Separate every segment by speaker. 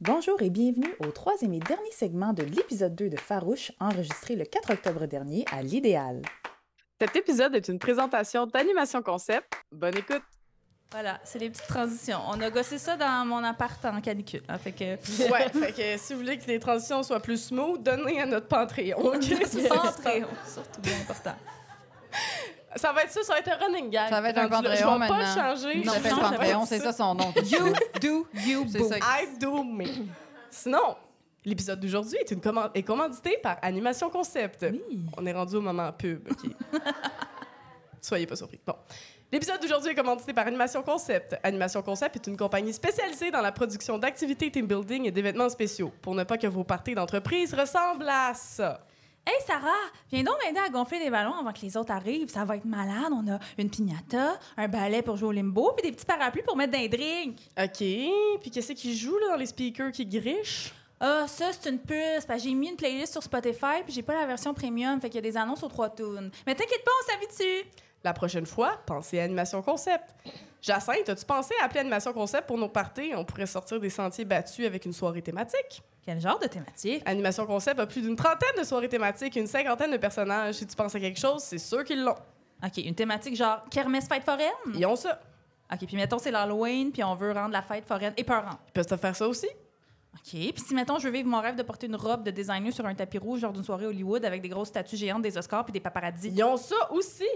Speaker 1: Bonjour et bienvenue au troisième et dernier segment de l'épisode 2 de Farouche, enregistré le 4 octobre dernier à l'Idéal.
Speaker 2: Cet épisode est une présentation d'animation concept. Bonne écoute!
Speaker 3: Voilà, c'est les petites transitions. On a gossé ça dans mon appart en canicule. hein, fait que...
Speaker 4: Ouais, fait que si vous voulez que les transitions soient plus smooth, donnez à notre Patreon. OK?
Speaker 3: C'est centré, hein, surtout bien important.
Speaker 4: Ça va être ça, ça va être un running gag.
Speaker 5: Ça va être un
Speaker 4: Ah, Rendu là,
Speaker 5: Patreon
Speaker 4: Je vais
Speaker 5: maintenant.
Speaker 4: pas changer.
Speaker 5: Il s'appelle
Speaker 4: Non, va
Speaker 5: Panthéon,
Speaker 4: être
Speaker 5: c'est ça son nom.
Speaker 3: You do you
Speaker 5: C'est
Speaker 3: boo.
Speaker 5: ça.
Speaker 4: I do me. Sinon, l'épisode d'aujourd'hui est, une comman- est commandité par Animation Concept. On est rendu au moment pub. OK. Soyez pas surpris. Bon. L'épisode d'aujourd'hui est commandité par Animation Concept. Animation Concept est une compagnie spécialisée dans la production d'activités team building et d'événements spéciaux pour ne pas que vos parties d'entreprise ressemblent à ça.
Speaker 3: Hey Sarah, viens donc m'aider à gonfler des ballons avant que les autres arrivent. Ça va être malade. On a une piñata, un balai pour jouer au limbo, puis des petits parapluies pour mettre dans les drinks.
Speaker 4: OK. Puis qu'est-ce qui joue là, dans les speakers qui grichent?
Speaker 3: Ah, ça, c'est une puce. parce que j'ai mis une playlist sur Spotify, puis j'ai pas la version premium. Fait qu'il y a des annonces aux trois tunes. Mais t'inquiète pas, on s'habitue.
Speaker 4: La prochaine fois, pensez à Animation Concept. Jacinthe, as-tu pensé à appeler Animation Concept pour nos parties? On pourrait sortir des sentiers battus avec une soirée thématique.
Speaker 3: Quel genre de thématique?
Speaker 4: Animation Concept a plus d'une trentaine de soirées thématiques et une cinquantaine de personnages. Si tu penses à quelque chose, c'est sûr qu'ils l'ont.
Speaker 3: OK, une thématique genre kermesse fête foraine?
Speaker 4: Ils ont ça.
Speaker 3: OK, puis mettons, c'est l'Halloween, puis on veut rendre la fête foraine épeurante.
Speaker 4: Ils peuvent te faire ça aussi.
Speaker 3: OK, puis si, mettons, je veux vivre mon rêve de porter une robe de designer sur un tapis rouge lors d'une soirée Hollywood avec des grosses statues géantes des Oscars puis des paparazzis.
Speaker 4: Ils ont ça aussi.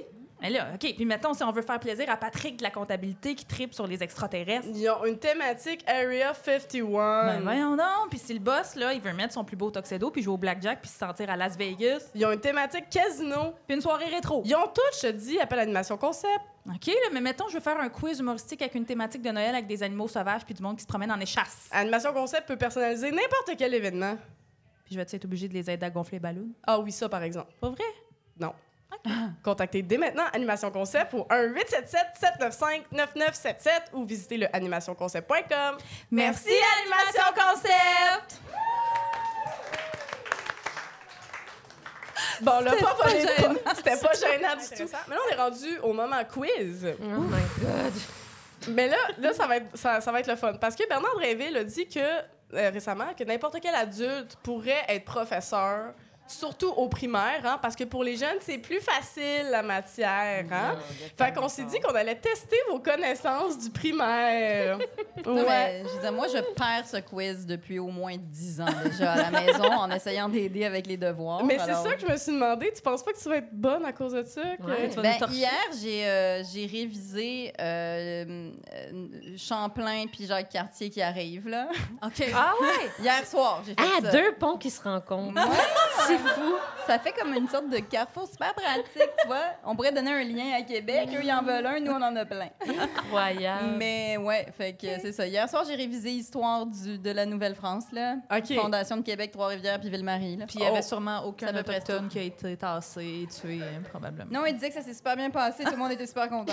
Speaker 3: Mais là, OK, puis mettons, si on veut faire plaisir à Patrick de la comptabilité qui tripe sur les extraterrestres.
Speaker 4: Ils ont une thématique Area 51.
Speaker 3: Ben voyons donc. Puis si le boss, là, il veut mettre son plus beau tuxedo puis jouer au blackjack puis se sentir à Las Vegas.
Speaker 4: Ils ont une thématique casino.
Speaker 3: Puis une soirée rétro.
Speaker 4: Ils ont tout, je te dis, appelle Animation Concept.
Speaker 3: OK, là, mais mettons, je veux faire un quiz humoristique avec une thématique de Noël avec des animaux sauvages puis du monde qui se promène en échasse.
Speaker 4: Animation Concept peut personnaliser n'importe quel événement.
Speaker 3: Puis je vais être obligée de les aider à gonfler les ballons.
Speaker 4: Ah oui, ça par exemple.
Speaker 3: Pas vrai?
Speaker 4: Non. Contactez dès maintenant Animation Concept au 1-877-795-9977 ou visitez le animationconcept.com.
Speaker 3: Merci, Animation Concept!
Speaker 4: Bon, là,
Speaker 3: C'était
Speaker 4: pas
Speaker 3: pas
Speaker 4: volé pas.
Speaker 3: gênant.
Speaker 4: C'était pas gênant du tout. Mais là, on est rendu au moment quiz. Mais là, là ça, va être, ça, ça va être le fun. Parce que Bernard Drinville a dit que, euh, récemment que n'importe quel adulte pourrait être professeur, surtout au primaire, hein, parce que pour les jeunes, c'est plus facile la matière. Hein? fait qu'on s'est dit qu'on allait tester vos connaissances du primaire.
Speaker 5: Non,
Speaker 4: ouais.
Speaker 5: mais je disais, moi, je perds ce quiz depuis au moins 10 ans déjà à la maison en essayant d'aider avec les devoirs.
Speaker 4: Mais c'est
Speaker 5: alors-
Speaker 4: ça que je me suis demandé. Tu penses pas que tu vas être bonne à cause de ça? que-
Speaker 2: Ouais.
Speaker 3: Tu vas
Speaker 5: Ben,
Speaker 3: nous torcher.
Speaker 5: hier, j'ai euh, j'ai révisé euh, euh, Champlain puis Jacques Cartier qui arrive là.
Speaker 3: OK.
Speaker 2: Ah ouais!
Speaker 5: Hier soir, j'ai fait
Speaker 6: Ah,
Speaker 5: ça.
Speaker 6: deux ponts qui se rencontrent.
Speaker 5: c'est fou. Ça fait comme une sorte de carrefour super pratique, tu vois. On pourrait donner un lien à Québec, eux ils en veulent un, nous on en a plein.
Speaker 6: Incroyable.
Speaker 5: Mais ouais, fait que c'est ça. Hier soir, j'ai révisé Histoire du, de la Nouvelle-France, là.
Speaker 4: OK.
Speaker 5: Fondation de Québec, Trois-Rivières, puis Ville-Marie, là.
Speaker 3: Puis il y avait
Speaker 4: Oh.
Speaker 3: sûrement
Speaker 5: Ça
Speaker 3: aucun
Speaker 5: me prête
Speaker 3: autochtone qui a été tassé, tué, hein, probablement.
Speaker 5: Non, il disait que ça s'est super bien passé, tout le monde était super content.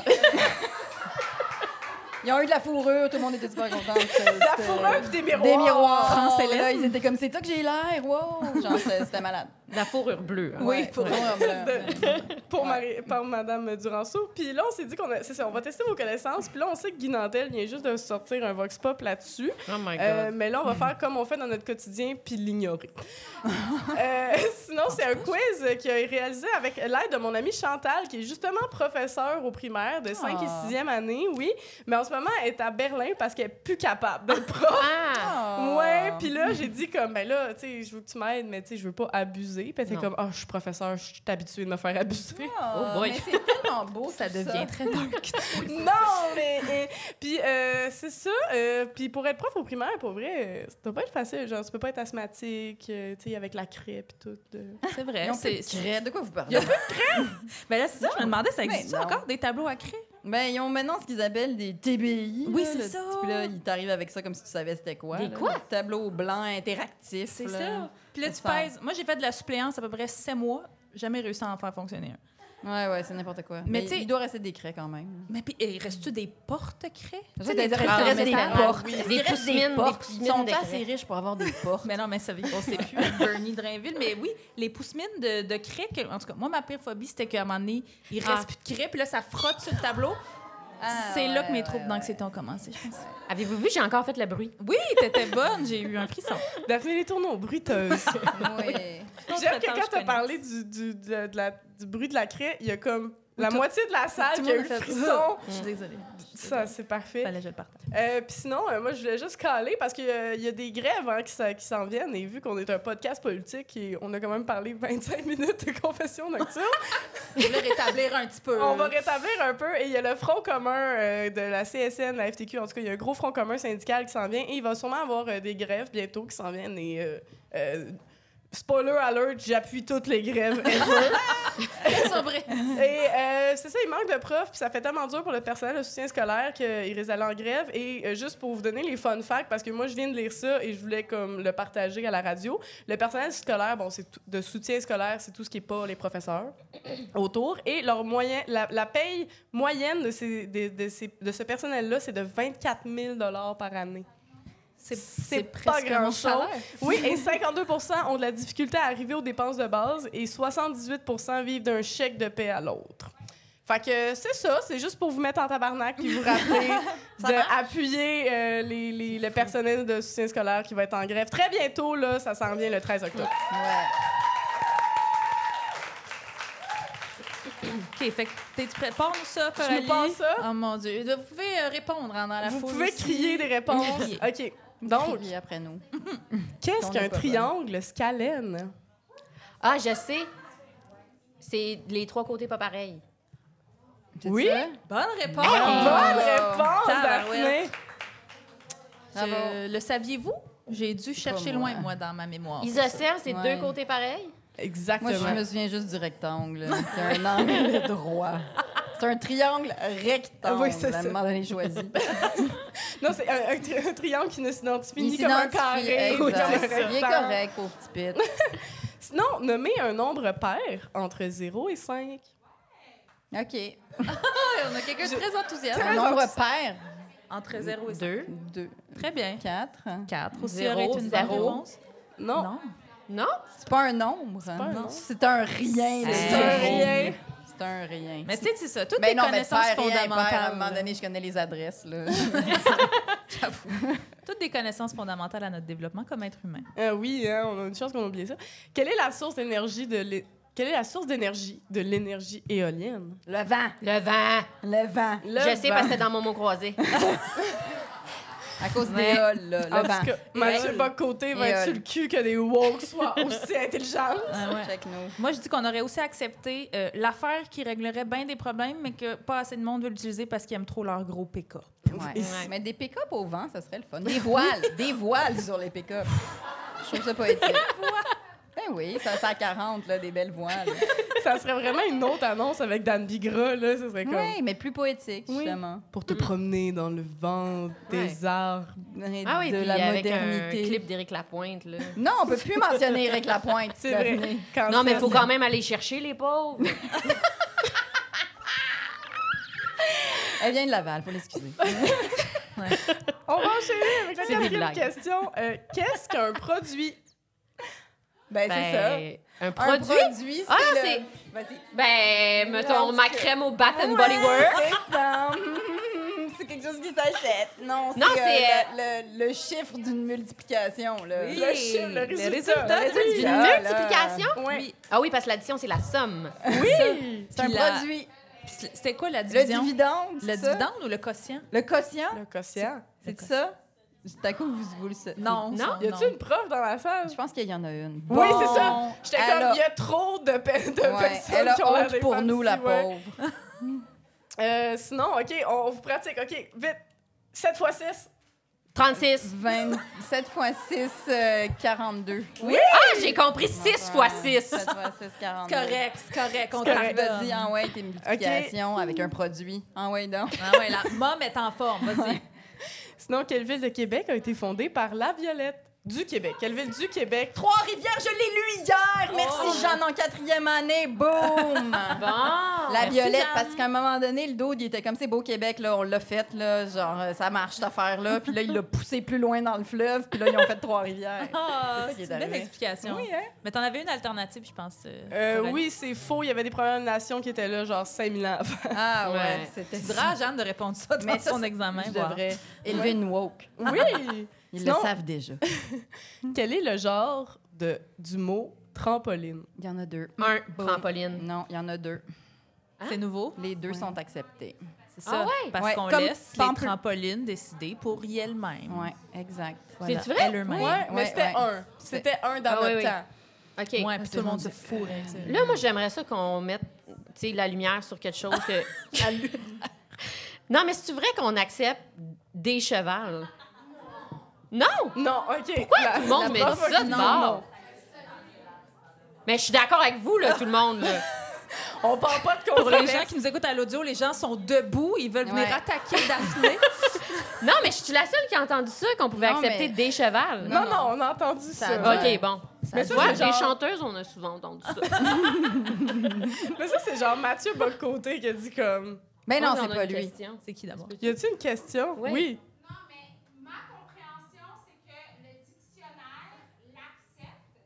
Speaker 5: Ils ont eu de la fourrure, tout le monde était super content. De
Speaker 4: La fourrure pis des miroirs.
Speaker 5: Des miroirs.
Speaker 3: Sans célèbre.
Speaker 5: Là, ils étaient comme, c'est toi que j'ai l'air, wow! Genre, c'était c'était malade.
Speaker 6: La fourrure bleue. hein.
Speaker 5: Ouais, pour
Speaker 4: pour,
Speaker 6: Ah.
Speaker 5: Ouais.
Speaker 4: Marie- par Madame Duranceau. Puis là, on s'est dit qu'on a- c'est ça, on va tester vos connaissances. Puis là, on sait que Guy Nantel vient juste de sortir un vox pop là-dessus.
Speaker 6: Oh my
Speaker 4: Euh,
Speaker 6: God.
Speaker 4: mais là, on va faire comme on fait dans notre quotidien, puis l'ignorer. Euh, sinon, c'est un quiz qui est réalisé avec l'aide de mon amie Chantal, qui est justement professeure au primaire de 5
Speaker 5: Ah.
Speaker 4: et 6e année, oui. Mais en ce moment, elle est à Berlin parce qu'elle n'est plus capable d'être prof.
Speaker 6: Ah!
Speaker 4: Ouais, puis là, j'ai dit comme, ben là, tu sais, je veux que tu m'aides, mais tu sais, je veux pas abuser. Puis c'est
Speaker 6: Non.
Speaker 4: comme, ah, je suis professeur, je suis habituée de me faire abuser.
Speaker 5: Oh,
Speaker 6: boy.
Speaker 5: mais c'est tellement beau,
Speaker 3: Ça
Speaker 5: tout
Speaker 3: devient très dark.
Speaker 4: non, mais. euh, puis euh, c'est ça. euh, puis pour être prof au primaire, pour vrai, euh, ça doit pas être facile. Genre, tu peux pas être asthmatique, euh, tu sais, avec la crêpe et tout. euh.
Speaker 3: C'est
Speaker 5: Ils
Speaker 3: vrai.
Speaker 5: ont
Speaker 3: Eh, c'est-
Speaker 5: plus de crête. De quoi vous
Speaker 3: Il y
Speaker 5: parlez?
Speaker 3: a Ben là, c'est ça, je me demandais, ça
Speaker 5: Mais
Speaker 3: existe
Speaker 5: non.
Speaker 3: encore des tableaux à craie?
Speaker 5: Ben, ils ont maintenant ce qu'ils appellent des TBI.
Speaker 3: Oui,
Speaker 5: là,
Speaker 3: c'est
Speaker 5: le
Speaker 3: ça.
Speaker 5: petit- Puis là, ils t'arrivent avec ça comme si tu savais c'était quoi.
Speaker 6: Des
Speaker 5: là.
Speaker 6: quoi?
Speaker 5: Le Tableau blanc interactif.
Speaker 3: C'est
Speaker 5: là.
Speaker 3: ça. Puis là, tu
Speaker 5: Ça.
Speaker 3: pèses. Moi, j'ai fait de la suppléance à peu près 7 mois. Jamais réussi à en faire fonctionner un.
Speaker 5: Ouais, ouais, c'est n'importe quoi.
Speaker 3: Mais
Speaker 5: Mais,
Speaker 3: tu sais-
Speaker 5: il doit rester des craies quand même.
Speaker 3: Mais puis, et restes-tu des porte-craies?
Speaker 5: Ça, des
Speaker 6: traces de
Speaker 5: restes
Speaker 6: métal.
Speaker 3: Ah
Speaker 5: portes.
Speaker 6: Oui.
Speaker 5: Est-ce
Speaker 6: Des
Speaker 5: qu'il reste
Speaker 6: poussines, des
Speaker 5: portes.
Speaker 6: poussines
Speaker 5: Ils sont
Speaker 6: de
Speaker 5: assez
Speaker 6: craie.
Speaker 5: riches pour avoir des portes.
Speaker 3: Mais non, mais ça on sait plus. hein, Bernie Drainville. Mais oui, les poussemines de, de craie, que- en tout cas, moi, ma pire phobie, c'était qu'à un moment donné, il reste
Speaker 6: Ah.
Speaker 3: plus de craie, puis là, ça frotte sur le tableau.
Speaker 5: Ah,
Speaker 3: c'est là
Speaker 5: ouais,
Speaker 3: que mes
Speaker 5: ouais,
Speaker 3: troubles
Speaker 5: ouais.
Speaker 3: d'anxiété ont commencé, je pense.
Speaker 6: Avez-vous vu, j'ai encore fait le bruit.
Speaker 3: Oui, t'étais bonne, j'ai eu un frisson.
Speaker 4: Daphné les tourneaux, bruiteuse.
Speaker 5: Oui.
Speaker 4: J'aime que
Speaker 3: Entre-temps,
Speaker 4: quand
Speaker 3: je
Speaker 4: t'as
Speaker 3: connais.
Speaker 4: parlé du, du, de- de la- du bruit de la craie, il y a comme la
Speaker 3: tout-
Speaker 4: moitié de la salle
Speaker 3: Tout
Speaker 4: qui a
Speaker 3: le
Speaker 4: eu
Speaker 3: monde
Speaker 4: le
Speaker 3: a fait
Speaker 4: frisson.
Speaker 3: Je suis désolée.
Speaker 4: Ça, c'est parfait.
Speaker 3: Fallait que je le partage.
Speaker 4: Euh, Puis sinon, euh, moi, je voulais juste caler parce qu'il y a des grèves hein, qui s'en- qui s'en viennent. Et vu qu'on est un podcast politique et on a quand même parlé 25 minutes de confession nocturne,
Speaker 3: Je voulais rétablir un petit peu.
Speaker 4: on va rétablir un peu. Et il y a le front commun euh, de la CSN, la FTQ. En tout cas, il y a un gros front commun syndical qui s'en vient. Et il va sûrement avoir euh, des grèves bientôt qui s'en viennent. Et euh, euh, spoiler alert, j'appuie toutes les grèves. Et euh, c'est ça, il manque de profs, puis ça fait tellement dur pour le personnel de soutien scolaire qu'ils risquent d'aller en grève. Et euh, juste pour vous donner les fun facts, parce que moi, je viens de lire ça et je voulais comme le partager à la radio. Le personnel scolaire, bon, c'est tout- de soutien scolaire, c'est tout ce qui n'est pas les professeurs autour. Et leur moyen, la, la paye moyenne de, ces, des- de, ces- de ce personnel-là, c'est de 24 000 par année.
Speaker 3: C'est
Speaker 4: pas
Speaker 3: presque mon
Speaker 4: grand-chose.
Speaker 3: salaire.
Speaker 4: Oui, et 52 ont de la difficulté à arriver aux dépenses de base et 78 vivent d'un chèque de paie à l'autre. Fait que c'est ça, c'est juste pour vous mettre en tabarnak et vous rappeler d'appuyer euh, les- les- le personnel de soutien scolaire qui va être en grève très bientôt, là, ça s'en vient le 13 octobre.
Speaker 3: OK, fait que t'es-tu prêt? Parle-nous ça,
Speaker 4: nous
Speaker 3: Coralie.
Speaker 4: parles ça?
Speaker 3: Oh mon Dieu. Vous pouvez euh, répondre hein, dans la
Speaker 4: vous
Speaker 3: foule
Speaker 4: pouvez
Speaker 3: aussi.
Speaker 4: crier des réponses.
Speaker 3: Crier.
Speaker 4: OK. Donc,
Speaker 5: Crie après nous.
Speaker 4: qu'est-ce
Speaker 5: On
Speaker 4: qu'un
Speaker 5: est pas
Speaker 4: triangle scalène?
Speaker 6: Ah, je sais. C'est les trois côtés pas pareils.
Speaker 5: C'est
Speaker 4: Oui.
Speaker 5: ça?
Speaker 3: Bonne réponse.
Speaker 4: Ah,
Speaker 5: Ah!
Speaker 4: Bonne réponse,
Speaker 3: Tabarouette.
Speaker 4: Daphné!
Speaker 3: Je-
Speaker 5: Bravo.
Speaker 3: Le saviez-vous? J'ai dû chercher
Speaker 5: moi.
Speaker 3: loin, moi, dans ma mémoire.
Speaker 6: Isocèle, c'est
Speaker 5: Ouais.
Speaker 6: deux côtés pareils?
Speaker 5: Moi, je
Speaker 4: Exactement.
Speaker 5: me souviens juste du rectangle. C'est un angle droit. C'est un triangle rectangle.
Speaker 4: Oui, c'est
Speaker 5: à un
Speaker 4: ça.
Speaker 5: moment donné choisi.
Speaker 4: Non, c'est un, un tri- un triangle qui ne s'identifie
Speaker 5: Il
Speaker 4: ni comme un
Speaker 5: s'identifie.
Speaker 4: carré, ni comme
Speaker 5: exact.
Speaker 4: un
Speaker 5: Il est
Speaker 4: rectangle.
Speaker 5: correct au petit pit.
Speaker 4: Sinon, nommez un nombre pair entre 0 et 5.
Speaker 5: OK.
Speaker 3: On a quelqu'un de très enthousiaste.
Speaker 5: Un nombre pair.
Speaker 3: Entre 0 et 5.
Speaker 6: Deux.
Speaker 5: 2,
Speaker 3: Très bien.
Speaker 5: 4.
Speaker 3: 4 aussi
Speaker 6: Zéro,
Speaker 3: aurait été une bonne
Speaker 6: zéro.
Speaker 3: réponse.
Speaker 4: Non.
Speaker 6: Non?
Speaker 5: C'est pas un nombre. C'est
Speaker 4: un nombre.
Speaker 5: C'est un rien. le
Speaker 4: C'est
Speaker 6: Hey.
Speaker 4: un
Speaker 5: zéro.
Speaker 4: rien.
Speaker 5: C'est un rien.
Speaker 3: Euh, Mais tu sais, c'est ça. Toutes
Speaker 5: Ben
Speaker 3: les
Speaker 5: non, mais
Speaker 3: connaissances
Speaker 5: pair, rien, pair,
Speaker 3: fondamentales.
Speaker 5: à un moment donné, je connais les adresses. Là.
Speaker 3: Toutes des connaissances fondamentales à notre développement comme être humain.
Speaker 4: Euh, oui, hein, on a une chance qu'on a oublié ça. Quelle est la source d'énergie de l'é- Quelle est la source d'énergie de l'énergie éolienne?
Speaker 5: Le vent.
Speaker 6: Le vent.
Speaker 5: Le vent.
Speaker 4: Le
Speaker 6: je sais parce que
Speaker 4: vent.
Speaker 6: c'est dans mon mot croisé.
Speaker 5: À cause
Speaker 6: Ouais.
Speaker 5: des halles, là.
Speaker 4: En
Speaker 5: Le vent.
Speaker 4: tout cas, Mathieu Bocoté va être sur le cul que des woke soient aussi intelligentes.
Speaker 3: Ah ouais.
Speaker 5: Check nous.
Speaker 3: Moi, je dis qu'on aurait aussi accepté euh, l'affaire qui réglerait bien des problèmes, mais que pas assez de monde veut l'utiliser parce qu'ils aiment trop leur gros PK.
Speaker 5: Ouais. Mais des pick-up au vent, ça serait le fun. Des voiles, des voiles sur les pick-up. Je trouve ça poétique. ben oui, ça c'est à 40, là, des belles voiles.
Speaker 4: Ça serait vraiment une autre annonce avec Dan Bigra, là. Ça serait comme...
Speaker 5: Oui, mais plus poétique,
Speaker 4: Oui.
Speaker 5: justement.
Speaker 4: Pour te promener dans le vent des arbres.
Speaker 6: Ah oui,
Speaker 5: de
Speaker 6: puis
Speaker 5: la
Speaker 6: avec
Speaker 5: modernité.
Speaker 6: un clip d'Éric Lapointe, là.
Speaker 5: Non, on peut plus mentionner Eric Lapointe.
Speaker 4: C'est vrai.
Speaker 5: Daphné.
Speaker 4: Quand
Speaker 6: Non, mais
Speaker 4: ça-
Speaker 6: il faut quand même aller chercher les pauvres.
Speaker 5: Elle vient de Laval, faut l'excuser.
Speaker 4: On va enchaîner avec la
Speaker 6: C'est des
Speaker 4: quatrième
Speaker 6: blagues.
Speaker 4: question. Euh, Qu'est-ce qu'un produit?
Speaker 5: Ben, c'est ça.
Speaker 6: Ben, Un
Speaker 5: Un
Speaker 6: produit?
Speaker 5: produit, c'est
Speaker 6: Ah,
Speaker 5: le-
Speaker 6: c'est-
Speaker 5: Vas-y.
Speaker 6: Ben, mettons,
Speaker 5: Genre,
Speaker 6: ma
Speaker 5: tu-
Speaker 6: crème au Bath and Body Works.
Speaker 5: C'est ça. Mm, C'est quelque chose qui s'achète. Non, c'est
Speaker 6: Non, c'est,
Speaker 5: euh, le, le- le chiffre d'une multiplication. Là.
Speaker 4: Oui. Euh, Le chiffre, le résultat.
Speaker 5: Le résultat,
Speaker 6: D'une
Speaker 5: là.
Speaker 6: multiplication?
Speaker 4: Ouais.
Speaker 6: Ah oui, parce que l'addition, c'est la somme.
Speaker 5: Oui, c'est un
Speaker 3: Puis la-
Speaker 5: produit.
Speaker 3: Puis c'est- C'était quoi la
Speaker 5: Le
Speaker 3: division?
Speaker 5: dividende.
Speaker 3: Le
Speaker 5: c'est ça?
Speaker 3: dividende ou le quotient?
Speaker 5: Le quotient,
Speaker 4: Le quotient.
Speaker 5: c'est ça? Tout à coup, vous voulez ça?
Speaker 3: Non.
Speaker 6: Non?
Speaker 4: Y a-tu une prof dans la salle?
Speaker 5: Je pense qu'il y en a une.
Speaker 4: Oui, c'est ça. J'étais
Speaker 5: elle
Speaker 4: comme,
Speaker 5: a-
Speaker 4: il y a trop de, pe- de
Speaker 5: Ouais,
Speaker 4: personnes
Speaker 5: Elle a
Speaker 4: qui ont l'air
Speaker 5: honte
Speaker 4: des
Speaker 5: pour
Speaker 4: femmes
Speaker 5: nous, la
Speaker 4: ici, ouais.
Speaker 5: pauvre.
Speaker 4: Euh, sinon, OK, on, on vous pratique. OK, vite. 7 fois 6.
Speaker 6: 36.
Speaker 5: 27 fois 6, euh, 42. Oui!
Speaker 6: Ah, j'ai compris 6 fois 6.
Speaker 5: 7 fois 6, 42.
Speaker 3: Correct, c'est correct. On
Speaker 4: C'est
Speaker 5: Ah,
Speaker 4: correct.
Speaker 3: t'en
Speaker 5: Vas-y,
Speaker 3: donne.
Speaker 5: envoie tes multiplications avec un produit. Envoie donc.
Speaker 3: Ah ouais, la mom est en forme, vas-y.
Speaker 4: Sinon, quelle ville de Québec a été fondée par La Violette? Du Québec. Quelle ville du Québec?
Speaker 5: Trois-Rivières, je l'ai lu hier! Merci, Jeanne, en quatrième année. Boum!
Speaker 6: Bon!
Speaker 5: La
Speaker 6: Ah, Merci,
Speaker 5: violette,
Speaker 6: Jeanne.
Speaker 5: parce qu'à un moment donné, le dos, il était comme c'est beau Québec, là, on l'a fait, là, genre, euh, ça marche cette affaire-là. Puis là, il l'a poussé plus loin dans le fleuve, puis là, ils ont fait Trois-Rivières.
Speaker 3: Ah,
Speaker 5: C'est ça qui
Speaker 3: c'est
Speaker 5: est
Speaker 3: une belle
Speaker 5: arrivé.
Speaker 3: explication.
Speaker 5: Oui, hein?
Speaker 3: Mais t'en avais une alternative, je pense. euh,
Speaker 4: Euh,
Speaker 3: Coralie.
Speaker 4: oui, c'est faux. Il y avait des Premières Nations qui étaient là, genre 5000 ans avant.
Speaker 5: Ah ouais,
Speaker 6: Ouais.
Speaker 5: c'était
Speaker 3: Tu diras à Jeanne de répondre ça dans
Speaker 5: Mais ça,
Speaker 3: son
Speaker 5: c'est-
Speaker 3: examen.
Speaker 6: hein,
Speaker 5: Je
Speaker 3: voir.
Speaker 5: devrais élever une woke.
Speaker 4: Oui!
Speaker 5: Ils
Speaker 4: Sinon-
Speaker 5: le savent déjà.
Speaker 4: Quel est le genre de, du mot trampoline?
Speaker 5: Il y en a deux.
Speaker 6: Un,
Speaker 5: Bon.
Speaker 6: trampoline.
Speaker 5: Non, il y en a deux.
Speaker 3: C'est nouveau.
Speaker 5: Les deux sont acceptés.
Speaker 3: C'est ça.
Speaker 6: Ah ouais?
Speaker 3: Parce
Speaker 5: Ouais,
Speaker 3: qu'on
Speaker 5: comme
Speaker 3: laisse les
Speaker 5: Pample-
Speaker 3: trampolines décider pour y elles-mêmes.
Speaker 5: Ouais, exact.
Speaker 3: Voilà,
Speaker 6: C'est vrai?
Speaker 3: Elles-mêmes.
Speaker 4: Ouais, mais
Speaker 5: ouais,
Speaker 4: c'était
Speaker 5: ouais.
Speaker 4: un. C'était un dans
Speaker 6: Ah,
Speaker 4: notre
Speaker 6: oui, oui.
Speaker 4: temps.
Speaker 6: OK.
Speaker 3: Ouais, puis tout Ah, le monde euh, se fourre.
Speaker 6: Là, moi, j'aimerais ça qu'on mette tu sais, la lumière sur quelque chose que. La lu- non, mais c'est vrai qu'on accepte des chevals? Non!
Speaker 4: Non, OK.
Speaker 6: Pourquoi
Speaker 4: La-
Speaker 6: tout le monde
Speaker 4: la
Speaker 6: met
Speaker 4: prof-
Speaker 6: ça de
Speaker 4: non,
Speaker 6: bord?
Speaker 4: non.
Speaker 6: Mais je suis d'accord avec vous, là, tout le monde. là.
Speaker 4: On parle pas de
Speaker 3: Pour les gens
Speaker 4: controverse.
Speaker 3: qui nous écoutent à l'audio, les gens sont debout, ils veulent venir
Speaker 5: Ouais.
Speaker 3: attaquer Daphné.
Speaker 6: Non, mais je suis la seule qui a entendu ça, qu'on pouvait
Speaker 5: Non,
Speaker 6: accepter
Speaker 5: mais-
Speaker 6: des chevals.
Speaker 4: Non, non, on a entendu
Speaker 5: Ça
Speaker 4: ça.
Speaker 5: doit-
Speaker 4: Ouais.
Speaker 6: OK, bon.
Speaker 5: Ça
Speaker 4: Mais
Speaker 5: se
Speaker 4: ça,
Speaker 6: Tu
Speaker 5: voit.
Speaker 6: vois,
Speaker 4: c'est genre-
Speaker 6: les chanteuses, on a souvent entendu ça.
Speaker 4: Mais ça, c'est genre Mathieu Bocoté qui a dit comme...
Speaker 5: Mais Ben non,
Speaker 6: On
Speaker 5: c'est
Speaker 6: en a
Speaker 5: pas
Speaker 6: une
Speaker 5: lui.
Speaker 6: question.
Speaker 3: C'est qui d'abord?
Speaker 4: Y a-t-il une question?
Speaker 6: Oui.
Speaker 7: Non, mais ma compréhension, c'est que le dictionnaire l'accepte,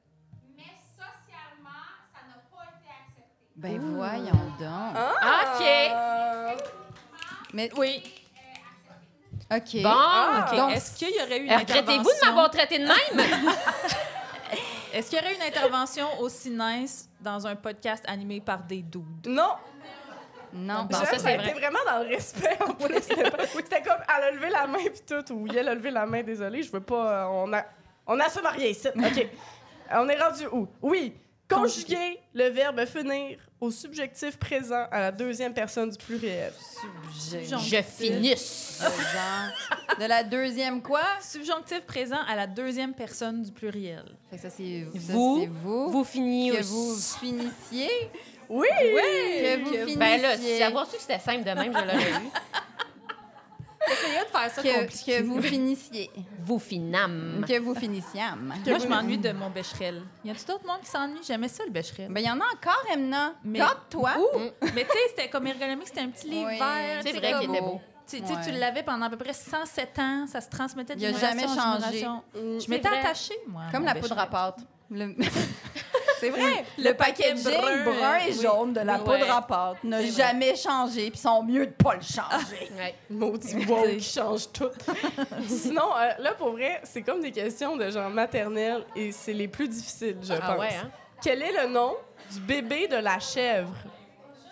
Speaker 7: mais socialement, ça n'a pas été accepté.
Speaker 5: Ben voyons donc.
Speaker 6: OK.
Speaker 4: Euh,
Speaker 5: Mais
Speaker 6: Hein? Oui.
Speaker 5: OK.
Speaker 6: Bon.
Speaker 4: Ah.
Speaker 5: Donc,
Speaker 3: Est-ce qu'il y aurait eu une
Speaker 6: Eh, Regrettez-vous de
Speaker 3: intervention?
Speaker 6: m'avoir traité de même?
Speaker 3: Est-ce qu'il y aurait une intervention aussi nice dans un podcast animé par des doudes?
Speaker 4: Non,
Speaker 5: non.
Speaker 6: Bon,
Speaker 4: J'aime,
Speaker 6: ça,
Speaker 4: ça,
Speaker 6: c'est
Speaker 4: a été vraiment dans le respect en plus. C'était pas- c'était comme elle a levé la main puis tout, ou elle a levé la main, désolé, je veux pas. euh, on, a, on assume rien ici. OK. on est rendu où? Oui. Conjuguer le verbe finir au subjectif présent à la deuxième personne du pluriel.
Speaker 5: Subjectif.
Speaker 3: Genre.
Speaker 6: Je finisse.
Speaker 5: Euh, Genre. De la deuxième quoi?
Speaker 3: Subjonctif présent à la deuxième personne du pluriel.
Speaker 5: Fait que ça, c'est ça, c'est
Speaker 6: Vous,
Speaker 5: vous.
Speaker 6: vous finissez.
Speaker 5: Que vous finissiez.
Speaker 4: Oui!
Speaker 5: Que vous finissiez.
Speaker 6: Ben là, si avoir su que c'était simple de même, je l'aurais eu.
Speaker 3: Essayez de faire ça
Speaker 5: que,
Speaker 3: compliqué.
Speaker 5: que vous finissiez.
Speaker 6: Vous finam.
Speaker 5: que vous finissiam.
Speaker 3: Moi, je m'ennuie de mon bécherel. Y a-tu d'autres monde qui s'ennuie? J'aimais ça, le bécherel.
Speaker 5: Ben, il y en a encore, Emna.
Speaker 3: Mais-
Speaker 5: Garde-toi.
Speaker 3: Mais tu sais, c'était comme ergonomique, c'était un petit livre
Speaker 5: Oui.
Speaker 3: vert.
Speaker 6: C'est
Speaker 3: tu sais,
Speaker 6: vrai
Speaker 3: comme-
Speaker 6: qu'il était beau.
Speaker 3: Tu, tu sais, tu
Speaker 5: Ouais.
Speaker 3: l'avais pendant à peu près 107 ans. Ça se transmettait de
Speaker 5: Il a
Speaker 3: génération
Speaker 5: jamais
Speaker 3: en
Speaker 5: changé.
Speaker 3: génération. Je
Speaker 6: C'est
Speaker 3: m'étais
Speaker 6: vrai.
Speaker 3: attachée, moi. à
Speaker 5: Comme
Speaker 3: mon
Speaker 5: la
Speaker 3: bécherel.
Speaker 5: poudre à pâte. Le- C'est vrai.
Speaker 3: Le
Speaker 5: Le,
Speaker 3: paquet brun,
Speaker 5: packaging brun, et
Speaker 3: oui.
Speaker 5: jaune de la
Speaker 6: Oui.
Speaker 5: poudre
Speaker 6: Ouais.
Speaker 5: à pâte n'a jamais changé, puis sont mieux de pas le changer.
Speaker 6: Ouais.
Speaker 4: Maudit woke qui change tout. Sinon, euh, là, pour vrai, c'est comme des questions de genre maternelle et c'est les plus difficiles, je
Speaker 6: Ah
Speaker 4: pense.
Speaker 6: ouais, hein?
Speaker 4: Quel est le nom du bébé de la chèvre?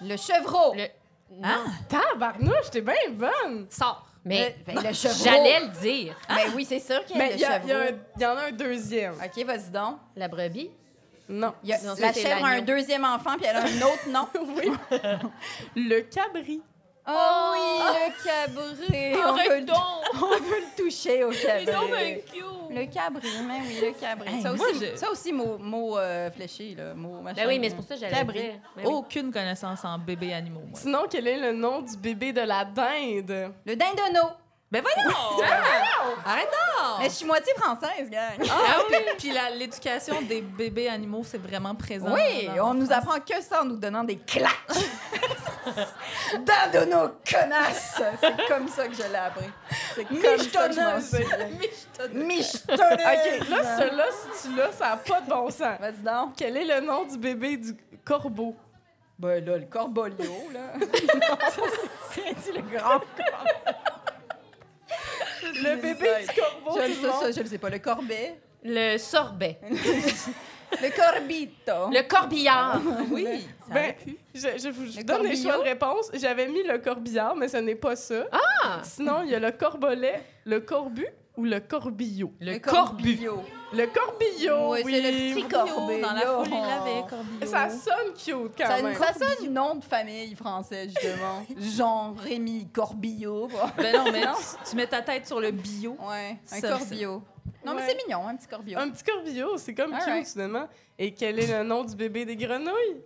Speaker 5: Le chevreau.
Speaker 6: Le- Non.
Speaker 4: Tabarnouche, t'es bien bonne!
Speaker 6: Sort. Mais
Speaker 5: Ben, Hein? le chevreau.
Speaker 6: j'allais le dire.
Speaker 5: Ben oui, c'est sûr qu'il y a
Speaker 4: Mais
Speaker 5: le
Speaker 4: il y, a-
Speaker 5: chevreau.
Speaker 4: y a un- y en a un deuxième.
Speaker 5: OK, vas-y donc.
Speaker 6: La brebis.
Speaker 4: Non.
Speaker 5: Il y a-
Speaker 6: Sinon, ça,
Speaker 5: la
Speaker 6: c'est
Speaker 5: chèvre a un
Speaker 6: l'agneau.
Speaker 5: deuxième enfant, puis elle a un autre nom.
Speaker 4: Oui. le cabri.
Speaker 5: Oh, oui, le cabré. On veut,
Speaker 6: Arrête
Speaker 5: le-
Speaker 6: donc!
Speaker 5: on veut le toucher au
Speaker 6: Ben
Speaker 5: cabré.
Speaker 6: cute!
Speaker 5: Le cabri, mais oui, le cabri.
Speaker 3: Hey,
Speaker 5: ça,
Speaker 3: moi,
Speaker 5: aussi,
Speaker 3: je-
Speaker 5: ça aussi, mot, mot euh, fléché, là, mot machin.
Speaker 6: Ben oui, mais c'est pour ça que j'allais le
Speaker 5: Cabri.
Speaker 6: dire. Ben
Speaker 5: Oh.
Speaker 6: oui.
Speaker 3: Aucune connaissance en bébés animaux, moi.
Speaker 4: Sinon, quel est le nom du bébé de la dinde?
Speaker 5: Le dindono.
Speaker 3: Ben voyons! Arrête donc!
Speaker 5: Mais je suis moitié française, gang.
Speaker 3: Ah oui! Puis la- l'éducation des bébés animaux, c'est vraiment présent.
Speaker 5: Oui,
Speaker 3: dans-
Speaker 5: on nous apprend que ça en nous donnant des claques. D'un de nos connasses. C'est comme ça que je l'ai appris. C'est comme ça que je m'en
Speaker 4: Michetonneuse.
Speaker 5: souviens. Michetonneuse.
Speaker 4: OK,
Speaker 5: Ah.
Speaker 4: là, celui-là, si tu l'as, ça n'a pas de bon sens.
Speaker 5: Vas-y donc.
Speaker 4: Quel est le nom du bébé du corbeau?
Speaker 5: Ben là, le corbolio, là. c'est le grand corps.
Speaker 4: Le bébé du corbeau,
Speaker 5: Je le
Speaker 4: tout le
Speaker 5: sais, ça,
Speaker 4: monde.
Speaker 5: je le sais pas. Le corbet.
Speaker 6: Le sorbet.
Speaker 5: Hein? Le corbito.
Speaker 6: Le corbillard.
Speaker 5: Oh
Speaker 3: Oui! ça
Speaker 4: Ben,
Speaker 3: arrête.
Speaker 4: je, je vous je
Speaker 5: Le
Speaker 4: vous donne les
Speaker 5: corbillon.
Speaker 4: choix de réponse. J'avais mis le corbillard, mais ce n'est pas ça. Ah! Sinon, il y a le corbolet, le corbu ou le corbillot.
Speaker 6: Le,
Speaker 5: corbillot.
Speaker 4: Le corbillot, oui.
Speaker 5: Oui, c'est le petit
Speaker 3: Corbillon,
Speaker 5: corbet.
Speaker 3: dans la foule, il l'avait, Corbillon.
Speaker 4: Ça sonne cute quand
Speaker 5: Ça,
Speaker 4: même.
Speaker 5: ça sonne nom de famille français, justement. Jean Rémi Corbillot.
Speaker 3: Ben non, mais tu, tu mets ta tête sur le bio.
Speaker 5: Ouais, un
Speaker 3: Ça,
Speaker 5: corbillot. Non, mais
Speaker 4: Ouais.
Speaker 5: c'est mignon, un petit corbillot.
Speaker 4: Un petit corbillot, c'est comme
Speaker 5: All
Speaker 4: cute
Speaker 5: right.
Speaker 4: finalement. Et quel est le nom du bébé des grenouilles?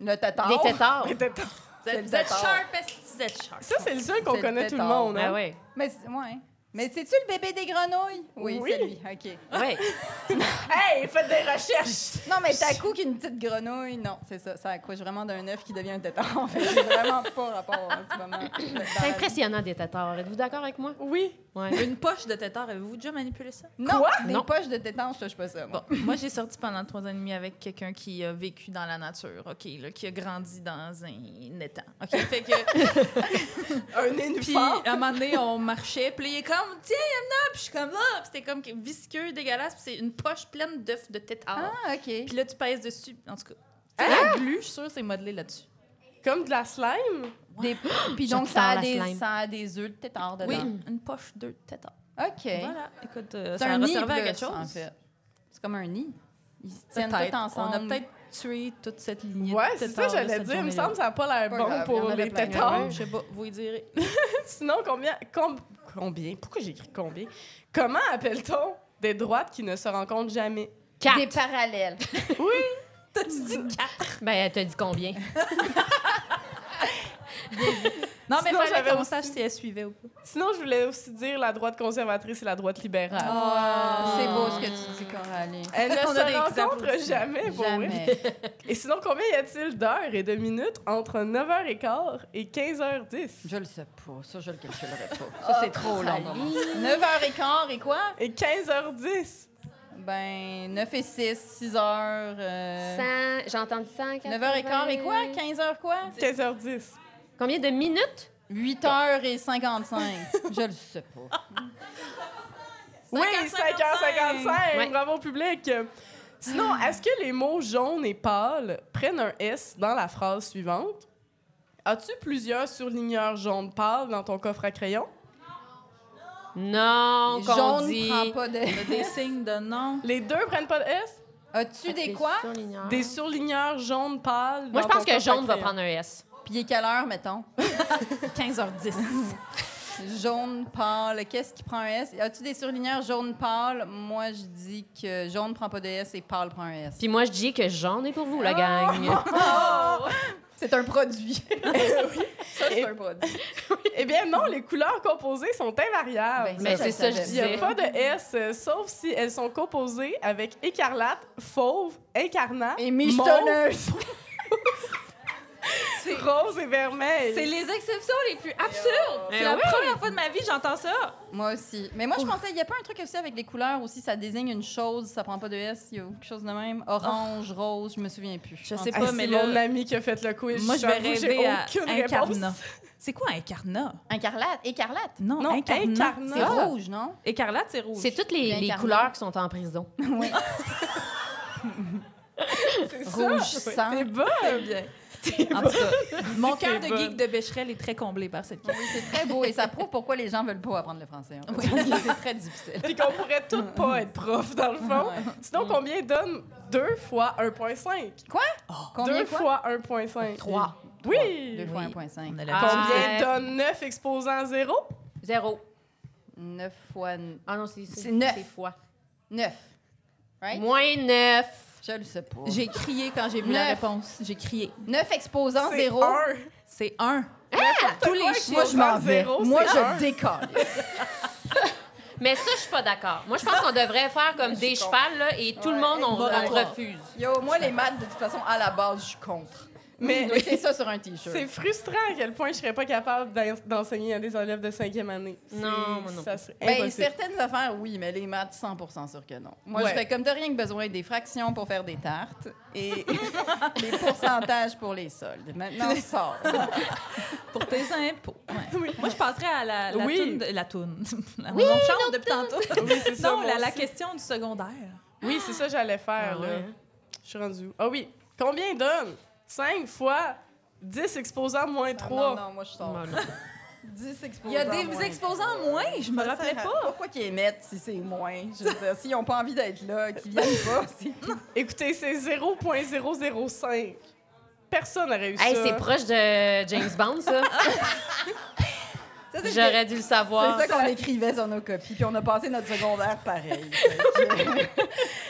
Speaker 5: Le tétard.
Speaker 6: Des tétards.
Speaker 4: Les tétards.
Speaker 3: Vous
Speaker 5: C'est
Speaker 3: êtes,
Speaker 5: le
Speaker 3: vous êtes
Speaker 5: tétard.
Speaker 3: sharp, est-ce que vous êtes sharp?
Speaker 4: Ça, c'est le seul qu'on
Speaker 5: C'est
Speaker 4: connaît
Speaker 5: le
Speaker 4: tout le
Speaker 5: tétard.
Speaker 4: monde.
Speaker 6: Ah
Speaker 4: hein?
Speaker 6: ouais.
Speaker 5: Mais c'est- ouais. Mais c'est-tu le bébé des grenouilles? Oui, c'est lui. OK.
Speaker 6: Oui.
Speaker 4: Hey, faites des recherches!
Speaker 5: Non, mais t'as coup qu'une petite grenouille. Non, c'est ça. Ça accouche vraiment d'un œuf qui devient un tétard. Fait que J'ai vraiment pas rapport en ce moment.
Speaker 6: C'est impressionnant des tatars. Êtes-vous d'accord avec moi?
Speaker 4: Oui.
Speaker 6: Ouais.
Speaker 3: Une poche de tétard, avez-vous déjà manipulé ça?
Speaker 5: Non, des
Speaker 6: Non.
Speaker 5: poches de tétard, je touche pas ça. moi.
Speaker 3: Bon, moi, j'ai sorti pendant trois ans et demi avec quelqu'un qui a vécu dans la nature, OK, là, qui a grandi dans un étang. OK, fait que...
Speaker 4: Un énorme
Speaker 3: Puis à un moment donné, on marchait, puis là, il est comme tiens, Yamna, puis je suis comme là, puis c'était comme visqueux, dégueulasse, puis c'est une poche pleine d'œufs de tétard.
Speaker 5: Ah, OK.
Speaker 3: Puis là, tu pèses dessus, en tout cas.
Speaker 4: Ah!
Speaker 3: La glu, je suis sûre, c'est modelé là-dessus.
Speaker 4: Comme de la slime?
Speaker 5: Des- Puis
Speaker 6: J'adore
Speaker 5: donc, ça a,
Speaker 6: la
Speaker 5: des,
Speaker 6: slime.
Speaker 5: ça a des œufs de tétard dedans.
Speaker 3: Oui, une poche de tétard.
Speaker 5: OK.
Speaker 3: Voilà, écoute, euh,
Speaker 5: C'est
Speaker 3: ça
Speaker 5: un
Speaker 3: a
Speaker 5: nid,
Speaker 3: servi à
Speaker 5: plus,
Speaker 3: quelque chose.
Speaker 5: en fait. C'est comme un nid. Ils se tiennent
Speaker 3: Peut-être.
Speaker 5: tous ensemble.
Speaker 3: On a peut-être tué toute cette lignée
Speaker 4: Ouais,
Speaker 3: de
Speaker 4: c'est ça
Speaker 3: tétards
Speaker 4: que
Speaker 3: de
Speaker 4: j'allais
Speaker 3: cette
Speaker 4: dire. Il me
Speaker 3: journée-là.
Speaker 4: semble que ça n'a pas l'air
Speaker 5: Pas
Speaker 4: bon
Speaker 5: grave, il y en
Speaker 4: pour
Speaker 5: avait
Speaker 4: les
Speaker 5: plein.
Speaker 4: tétards.
Speaker 3: Je sais pas, vous y direz.
Speaker 4: Sinon, combien, com- combien, pourquoi j'ai écrit combien? Comment appelle-t-on des droites qui ne se rencontrent jamais?
Speaker 6: Quatre.
Speaker 5: Des parallèles.
Speaker 3: T'as-tu dit
Speaker 6: Ben, elle t'a dit combien?
Speaker 3: Non, mais
Speaker 4: Sinon,
Speaker 3: fallait
Speaker 4: j'avais
Speaker 3: qu'on sache si elle suivait ou pas.
Speaker 4: Sinon, je voulais aussi dire la droite conservatrice et la droite
Speaker 3: Ah.
Speaker 4: libérale.
Speaker 5: Ah. C'est beau ce que tu dis, Coralie.
Speaker 4: Elles ne
Speaker 3: On a des
Speaker 4: se rencontrent
Speaker 3: applaudissements.
Speaker 4: jamais, pour vrai.
Speaker 5: Jamais.
Speaker 4: Et sinon, combien y a-t-il d'heures et de minutes entre 9h15 et 15h10?
Speaker 5: Je le sais pas. Ça, je le calculerai pas. Ça, c'est trop long. pour moi. 9h15 et quoi?
Speaker 4: Et 15h10?
Speaker 5: Ben, 9 et 6, 6 heures. Euh,
Speaker 6: Cent- J'ai entendu 100.
Speaker 5: 9h15 et quoi? 15 heures quoi?
Speaker 4: 15h10.
Speaker 6: Combien de minutes?
Speaker 5: 8 h et 55. Je le sais pas.
Speaker 4: Oui, 5h55!
Speaker 6: Ouais. Ah.
Speaker 4: Bravo, public! Sinon, est-ce que les mots jaune et pâle prennent un S dans la phrase suivante? As-tu plusieurs surligneurs jaune pâle dans ton coffre à crayon?
Speaker 6: Non, qu'on
Speaker 5: Jaune
Speaker 6: dit.
Speaker 5: prend pas de.
Speaker 3: Des signes de non.
Speaker 4: Les deux prennent pas de S?
Speaker 5: As-tu des quoi?
Speaker 6: surligneurs.
Speaker 4: Des surligneurs jaune pâle.
Speaker 6: Ah. Moi, je
Speaker 4: dans
Speaker 6: pense
Speaker 4: ton
Speaker 6: que
Speaker 4: coffre à
Speaker 6: jaune va
Speaker 4: crayon.
Speaker 6: prendre un S.
Speaker 5: Puis il est quelle heure, mettons?
Speaker 3: 15h10.
Speaker 5: Jaune pâle. Qu'est-ce qui prend un S? As-tu des surligneurs jaune pâle? Moi, je dis que jaune prend pas de S et pâle prend un S.
Speaker 6: Puis moi, je dis que jaune est pour vous, la gang.
Speaker 5: C'est un produit. Ça, c'est un produit.
Speaker 4: Eh bien, non, les couleurs composées sont invariables.
Speaker 5: Ben,
Speaker 6: Mais
Speaker 5: Ça,
Speaker 6: c'est
Speaker 5: je
Speaker 6: ça, je
Speaker 5: savais.
Speaker 4: Il n'y a
Speaker 6: disais.
Speaker 4: pas de S, euh, sauf si elles sont composées avec écarlate, fauve, incarnat,
Speaker 5: Et
Speaker 4: mauve,
Speaker 5: michetonneuse.
Speaker 4: rose et vermeil.
Speaker 3: C'est les exceptions les plus absurdes.
Speaker 6: Eh
Speaker 3: C'est la
Speaker 6: oui.
Speaker 3: première fois de ma vie que j'entends ça.
Speaker 5: Moi aussi. Mais moi, je pensais, il n'y a pas un truc aussi avec les couleurs aussi, ça désigne une chose, ça prend pas de S, il y a quelque chose de même. Orange, rose, je me souviens plus.
Speaker 3: Oh. Je sais
Speaker 4: Ah,
Speaker 3: pas,
Speaker 4: c'est
Speaker 3: mais là-
Speaker 4: mon ami qui a fait le quiz.
Speaker 3: Moi, je vais
Speaker 4: J'avoue, j'ai
Speaker 3: rêver à
Speaker 4: aucune
Speaker 3: incarnat.
Speaker 4: réponse.
Speaker 3: C'est quoi incarnat?
Speaker 5: Incarlate, écarlate.
Speaker 3: Non,
Speaker 4: Non,
Speaker 3: incarnat.
Speaker 4: incarnat.
Speaker 5: C'est
Speaker 4: Ah.
Speaker 5: rouge, non?
Speaker 3: Écarlate, c'est rouge.
Speaker 6: C'est toutes les,
Speaker 5: Bien
Speaker 6: les
Speaker 5: carré.
Speaker 6: couleurs qui sont en prison.
Speaker 5: Oui. Rouge sang.
Speaker 4: C'est bon.
Speaker 3: très bien.
Speaker 5: En tout cas,
Speaker 3: Mon cœur de
Speaker 4: bonne.
Speaker 3: geek de Becherel est très comblé par cette question.
Speaker 5: c'est très beau et ça prouve pourquoi les gens veulent pas apprendre le français. en fait. c'est très difficile.
Speaker 4: Puis qu'on pourrait toutes pas être prof, dans le fond.
Speaker 5: Ouais.
Speaker 4: Sinon, combien donne 2 fois 1,5?
Speaker 5: Combien
Speaker 4: 2
Speaker 5: quoi?
Speaker 4: fois 1,5.
Speaker 6: Trois.
Speaker 4: Oui.
Speaker 5: 2 fois
Speaker 6: Oui.
Speaker 3: On
Speaker 5: 1.5.
Speaker 3: a
Speaker 6: Ah.
Speaker 3: la
Speaker 4: Combien donne 9 exposants à 0?
Speaker 6: Zéro.
Speaker 5: 9 fois n-
Speaker 6: Ah non, c'est c'est-
Speaker 5: C'est neuf.
Speaker 6: c'est fois.
Speaker 5: 9. Right?
Speaker 6: Moins neuf.
Speaker 5: Je le sais pas.
Speaker 3: J'ai crié quand j'ai vu la
Speaker 5: Neuf.
Speaker 3: réponse. J'ai crié.
Speaker 5: 9 exposants, 0.
Speaker 4: un.
Speaker 3: C'est un.
Speaker 5: Tous les Moi, je m'en vais.
Speaker 4: Zéro,
Speaker 5: Moi,
Speaker 4: c'est un.
Speaker 5: je décolle.
Speaker 6: Mais ça, je suis pas d'accord. Moi, je pense qu'on devrait faire comme des chevals, là, et tout le
Speaker 5: Ouais,
Speaker 6: monde, on, on
Speaker 5: moratoire.
Speaker 6: refuse.
Speaker 5: Yo, moi, les maths, de toute façon, à la base, je suis contre.
Speaker 4: Mais-
Speaker 5: Mais c'est ça sur un T-shirt.
Speaker 4: C'est frustrant à quel point je serais pas capable d'en- d'enseigner à des élèves de cinquième année. C'est-
Speaker 6: Non, moi non
Speaker 4: Ça serait
Speaker 5: Ben,
Speaker 4: impossible.
Speaker 5: certaines affaires, oui, mais les maths, 100 sûr que non. Moi,
Speaker 4: Ouais.
Speaker 5: je fais comme t'as rien que besoin des fractions pour faire des tartes et des pourcentages pour les soldes. Maintenant, sort.
Speaker 3: Pour tes impôts. Ouais. Moi, je passerais à la, la
Speaker 4: Oui.
Speaker 3: toune. de- La toune. La- on chante depuis tantôt.
Speaker 4: Oui, c'est ça,
Speaker 3: non,
Speaker 4: moi
Speaker 3: la, la
Speaker 4: aussi.
Speaker 3: question du secondaire.
Speaker 4: Oui, c'est ça que j'allais faire.
Speaker 6: Ah
Speaker 4: là.
Speaker 6: ouais, hein?
Speaker 4: Je suis rendue où? Ah oui. Combien donne 5 fois 10 exposants moins 3?
Speaker 5: Ah, Non, non, moi, je sors.
Speaker 6: Non, non.
Speaker 5: 10 exposants.
Speaker 3: Il y a des
Speaker 5: moins.
Speaker 3: exposants moins. Je me
Speaker 5: Ça
Speaker 3: rappelais
Speaker 5: sert à-
Speaker 3: pas.
Speaker 5: Pourquoi qu'ils émettent si c'est moins? Je veux dire, s'ils n'ont pas envie d'être là, qu'ils viennent pas. c'est-
Speaker 4: Écoutez, c'est 0.005. Personne n'a réussi.
Speaker 6: Hey,
Speaker 4: ça.
Speaker 6: c'est proche de James Bond, ça.
Speaker 5: Ça, c'est-
Speaker 6: J'aurais dû le savoir.
Speaker 5: C'est ça qu'on écrivait sur nos copies, puis on a passé notre secondaire pareil.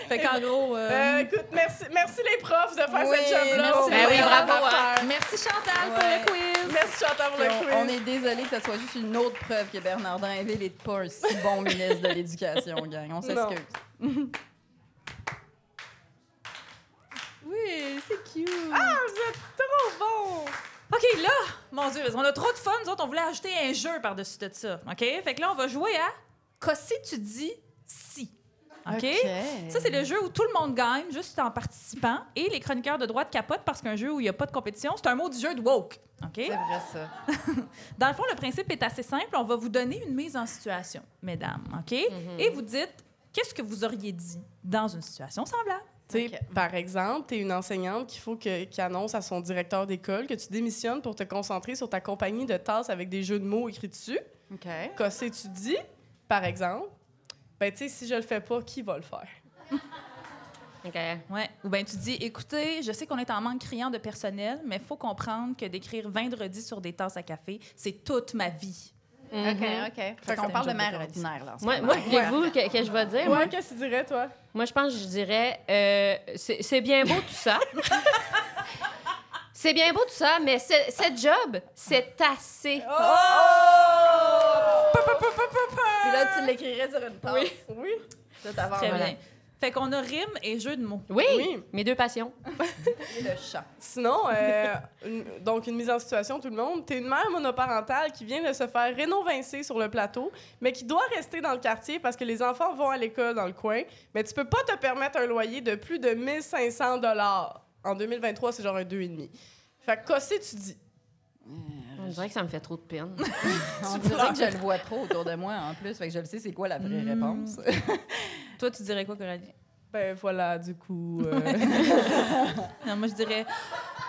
Speaker 3: Fait qu'en gros. euh,
Speaker 4: Euh, écoute, merci, merci les profs de faire
Speaker 5: Oui,
Speaker 4: cette job-là.
Speaker 5: merci.
Speaker 6: Ben oui, bravo,
Speaker 3: Merci Chantal
Speaker 5: Ouais.
Speaker 3: pour le quiz.
Speaker 4: hein. Merci Chantal pour
Speaker 5: Puis
Speaker 4: le
Speaker 5: on-
Speaker 4: quiz.
Speaker 5: On est désolé que ce soit juste une autre preuve que Bernardin Henville n'est pas un si bon ministre de l'Éducation, gang. On s'excuse.
Speaker 3: Oui, c'est cute.
Speaker 4: Ah, vous êtes trop bons!
Speaker 3: OK, là, mon Dieu, on a trop de fun. Nous autres, on voulait ajouter un jeu par-dessus de ça. OK? Fait que là, on va jouer à Cossi, tu dis si. OK? Ça, c'est le jeu où tout le monde gagne juste en participant et les chroniqueurs de droite capotent parce qu'un jeu où il n'y a pas de compétition, c'est un mot du jeu de woke. OK?
Speaker 5: C'est vrai, ça.
Speaker 3: Dans le fond, le principe est assez simple. On va vous donner une mise en situation, mesdames. OK? Et vous dites qu'est-ce que vous auriez dit dans une situation semblable.
Speaker 4: Tu sais, par exemple, tu es une enseignante qu'il faut que, qui annonce à son directeur d'école que tu démissionnes pour te concentrer sur ta compagnie de tasses avec des jeux de mots écrits dessus.
Speaker 5: OK.
Speaker 4: Qu'est-ce que tu dis, par exemple? Ben, tu sais, si je le fais pas, qui va le faire?
Speaker 6: OK.
Speaker 3: Ouais. Ou bien tu dis, écoutez, je sais qu'on est en manque criant de personnel, mais faut comprendre que d'écrire vendredi sur des tasses à café, c'est toute ma vie.
Speaker 5: OK, OK. Mhm. Fait qu'on
Speaker 3: c'est
Speaker 5: parle
Speaker 3: un
Speaker 5: de
Speaker 3: job
Speaker 5: mère
Speaker 3: de grande.
Speaker 5: ordinaire, là. en ce
Speaker 6: Moi,
Speaker 5: moment.
Speaker 6: moi voulez-vous que, que je vais dire? Moi,
Speaker 4: Ouais, qu'est-ce que tu dirais, toi?
Speaker 6: moi, je pense que je dirais euh, c'est c'est bien beau tout ça. c'est bien beau tout ça, mais c'est- cette job, c'est assez.
Speaker 3: Oh!
Speaker 5: Puis là, tu l'écrirais sur une page.
Speaker 4: Oui.
Speaker 3: Très bien. Fait qu'on a rime et jeu de mots.
Speaker 6: Oui,
Speaker 4: Oui.
Speaker 6: mes deux passions.
Speaker 5: Le chat.
Speaker 4: Sinon, euh, une- donc une mise en situation, tout le monde. T'es une mère monoparentale qui vient de se faire rénovincer sur le plateau, mais qui doit rester dans le quartier parce que les enfants vont à l'école dans le coin. Mais tu peux pas te permettre un loyer de plus de 1500 dollars. En 2023, c'est genre un 2,5. Fait que, qu'est-ce que tu dis?
Speaker 6: On dirait que ça me fait trop de peine.
Speaker 5: On dirait que je le vois trop autour de moi, en plus. Fait que je le sais, c'est quoi la vraie
Speaker 3: Mm.
Speaker 5: réponse.
Speaker 3: Toi, tu dirais quoi, Coralie?
Speaker 4: Ben voilà, du coup. euh,
Speaker 3: Non, moi, je dirais.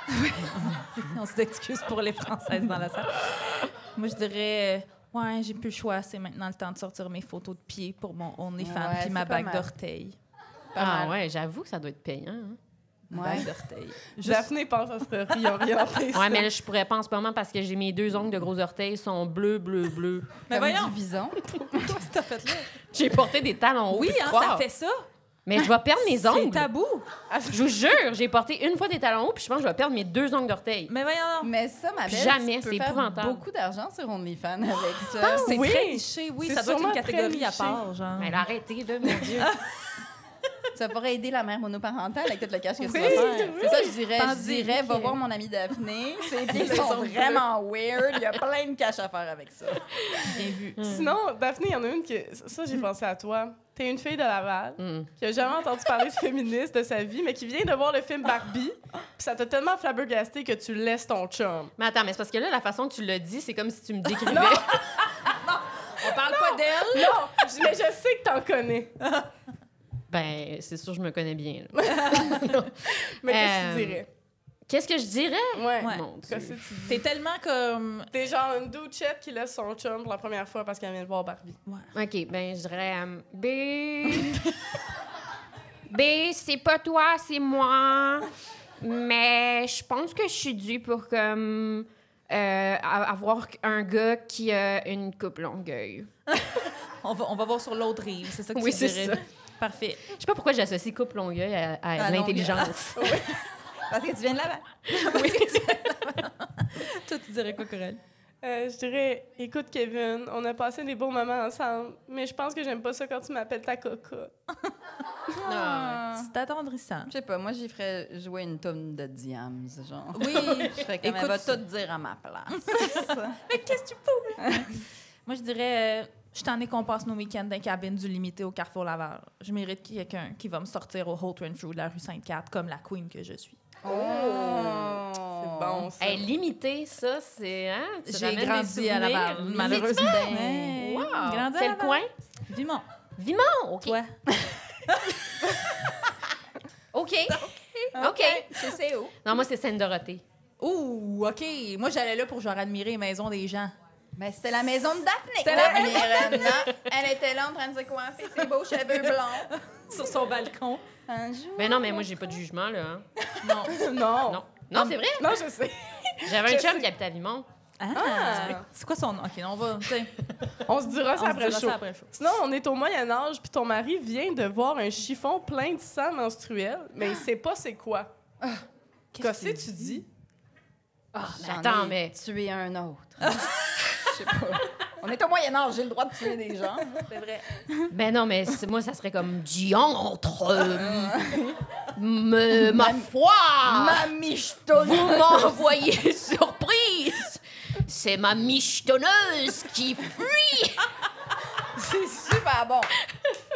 Speaker 3: On s'excuse pour les Françaises dans la salle. Moi, je dirais. euh, Ouais, j'ai plus le choix. C'est maintenant le temps de sortir mes photos de pied pour mon OnlyFans
Speaker 5: Ouais,
Speaker 3: puis ma
Speaker 5: c'est pas
Speaker 3: bague
Speaker 5: mal.
Speaker 3: d'orteil.
Speaker 6: Ah ouais, j'avoue que ça doit être payant. hein.
Speaker 5: Ouais.
Speaker 3: Bague d'orteil.
Speaker 4: Daphné pense à se réorienter.
Speaker 6: Ouais, mais là, je pourrais pas en ce moment parce que j'ai mes deux ongles de gros orteils sont bleus, bleus, bleus.
Speaker 3: Mais
Speaker 5: Comme
Speaker 3: voyons!
Speaker 5: du bison.
Speaker 3: Qu'est-ce que t'as fait là?
Speaker 6: J'ai porté des talons hauts.
Speaker 3: Oui,
Speaker 6: puis tu
Speaker 3: hein,
Speaker 6: crois.
Speaker 3: ça fait ça.
Speaker 6: Mais je vais perdre mes
Speaker 3: C'est
Speaker 6: ongles.
Speaker 3: tabou.
Speaker 6: Je vous jure, j'ai porté une fois des talons hauts, puis je pense que je vais perdre mes deux ongles d'orteil.
Speaker 3: Mais voyons.
Speaker 5: Mais ça, ma
Speaker 6: Puis
Speaker 5: belle,
Speaker 6: jamais,
Speaker 5: tu peux
Speaker 6: c'est
Speaker 5: faire
Speaker 6: épouvantable.
Speaker 5: beaucoup d'argent sur OnlyFans avec ça.
Speaker 3: C'est
Speaker 4: Oui.
Speaker 3: très niché, oui.
Speaker 4: C'est
Speaker 3: Ça doit être une
Speaker 4: sûrement très
Speaker 3: catégorie à
Speaker 4: niché.
Speaker 3: part, genre.
Speaker 6: Mais arrêtez, là, mon Dieu.
Speaker 5: ça pourrait aider la mère monoparentale avec tout le cash que tu
Speaker 4: Oui,
Speaker 5: vas faire.
Speaker 4: oui.
Speaker 5: C'est ça, je dirais. Je
Speaker 3: Pense-y,
Speaker 5: dirais, va
Speaker 3: Rick.
Speaker 5: voir mon amie Daphné. Ses pieds
Speaker 4: Ils
Speaker 5: sont
Speaker 4: sont bleus.
Speaker 5: vraiment weird. Il y a plein de cash à faire avec ça.
Speaker 3: bien vu.
Speaker 4: Sinon, Daphné, il y en a une que. Ça, j'ai pensé à toi. T'es une fille de Laval
Speaker 6: Mm.
Speaker 4: qui a jamais entendu parler de féministe de sa vie, mais qui vient de voir le film Barbie, puis ça t'a tellement flabbergasté que tu laisses ton chum.
Speaker 6: Mais attends, mais c'est parce que là, la façon que tu le dis, c'est comme si tu me décrivais.
Speaker 3: On parle pas d'elle.
Speaker 4: Non, je- mais je sais que t'en connais.
Speaker 6: Ben, c'est sûr, je me connais bien. là.
Speaker 4: Mais qu'est-ce que
Speaker 6: Euh,
Speaker 4: tu dirais?
Speaker 6: Qu'est-ce que je dirais?
Speaker 4: Ouais.
Speaker 3: ouais.
Speaker 6: Mon Dieu.
Speaker 4: Qu'est-ce que tu dis?
Speaker 3: C'est tellement comme.
Speaker 4: T'es genre une douchette qui laisse son chum pour la première fois parce qu'elle vient de voir Barbie.
Speaker 6: OK, ben je dirais euh, B. B, c'est pas toi, c'est moi. Mais je pense que je suis due pour comme euh, a- avoir un gars qui a une coupe longueuil.
Speaker 3: On va, on va voir sur l'autre rive, c'est ça que
Speaker 6: Oui,
Speaker 3: tu
Speaker 6: c'est
Speaker 3: dirais.
Speaker 6: ça.
Speaker 3: Parfait.
Speaker 6: Je sais pas pourquoi j'associe coupe longueuil à, à
Speaker 5: À
Speaker 6: l'intelligence.
Speaker 5: Parce que tu viens de là-bas.
Speaker 3: Toi, tu dirais quoi, Coralie?
Speaker 4: Euh, je dirais, écoute Kevin, on a passé des beaux moments ensemble, mais je pense que j'aime pas ça quand tu m'appelles ta coca.
Speaker 6: Ah,
Speaker 3: C'est attendrissant.
Speaker 5: Je sais pas, moi, j'y ferais jouer une tonne de diams, genre.
Speaker 3: Oui,
Speaker 5: Je serais comme, elle
Speaker 3: Écoute,
Speaker 5: va
Speaker 3: ça-
Speaker 5: tout dire à ma place.
Speaker 3: mais qu'est-ce que tu fous? Moi, je dirais, euh, je t'en ai qu'on passe nos week-ends dans cabine du limité au Carrefour Laval. Je mérite quelqu'un qui va me sortir au Holt Renfrew de la rue Sainte-Cat comme la queen que je suis.
Speaker 5: Oh! Ah.
Speaker 4: C'est bon, ça.
Speaker 6: Hey, limité, ça, c'est. Hein? Tu
Speaker 3: J'ai
Speaker 6: ramènes des
Speaker 3: grandi à
Speaker 6: souvenirs.
Speaker 3: Laval,
Speaker 6: Limité.
Speaker 3: malheureusement.
Speaker 6: Wow!
Speaker 3: Ouais, grandi à
Speaker 6: Quel
Speaker 3: Laval.
Speaker 6: coin?
Speaker 3: Vimont,
Speaker 6: Vimont! OK.
Speaker 3: toi.
Speaker 6: OK. OK.
Speaker 5: Je sais où.
Speaker 6: Non, moi, c'est Sainte-Dorothée.
Speaker 3: Ouh, OK. Moi, j'allais là pour genre admirer les maisons des gens.
Speaker 5: Mais c'était la maison de Daphné.
Speaker 3: C'était la
Speaker 5: Daphné Renat. Elle était là en train de se coiffer ses beaux cheveux blonds.
Speaker 3: Sur son balcon.
Speaker 5: Un jour.
Speaker 6: Mais Ben non, mais moi, j'ai pas de jugement, là. hein.
Speaker 3: Non.
Speaker 4: Non.
Speaker 6: Non, non c'est vrai.
Speaker 4: Non, je sais.
Speaker 6: J'avais un
Speaker 4: Je
Speaker 6: chum
Speaker 4: sais.
Speaker 6: qui habitait à Vimont.
Speaker 3: Ah! C'est quoi son nom? OK, on va... tu sais,
Speaker 4: On se dira
Speaker 3: on
Speaker 4: ça
Speaker 3: se
Speaker 4: après le
Speaker 3: dira
Speaker 4: show.
Speaker 3: ça après le show.
Speaker 4: Sinon, on est au Moyen Âge, puis ton mari vient de voir un chiffon plein de sang menstruel, mais il sait pas c'est quoi. Qu'est-ce que tu dis?
Speaker 6: mais attends, mais-
Speaker 5: Tuer un autre. Je sais pas. On est au Moyen-Âge, j'ai le droit de tuer des gens.
Speaker 3: C'est vrai.
Speaker 6: Ben non, mais c'est- moi, ça serait comme diantre. euh, me- ma foi!
Speaker 5: Mamie, je t'en-
Speaker 6: Vous m'envoyez surprise! C'est ma michetonneuse qui fuit!
Speaker 5: C'est super bon.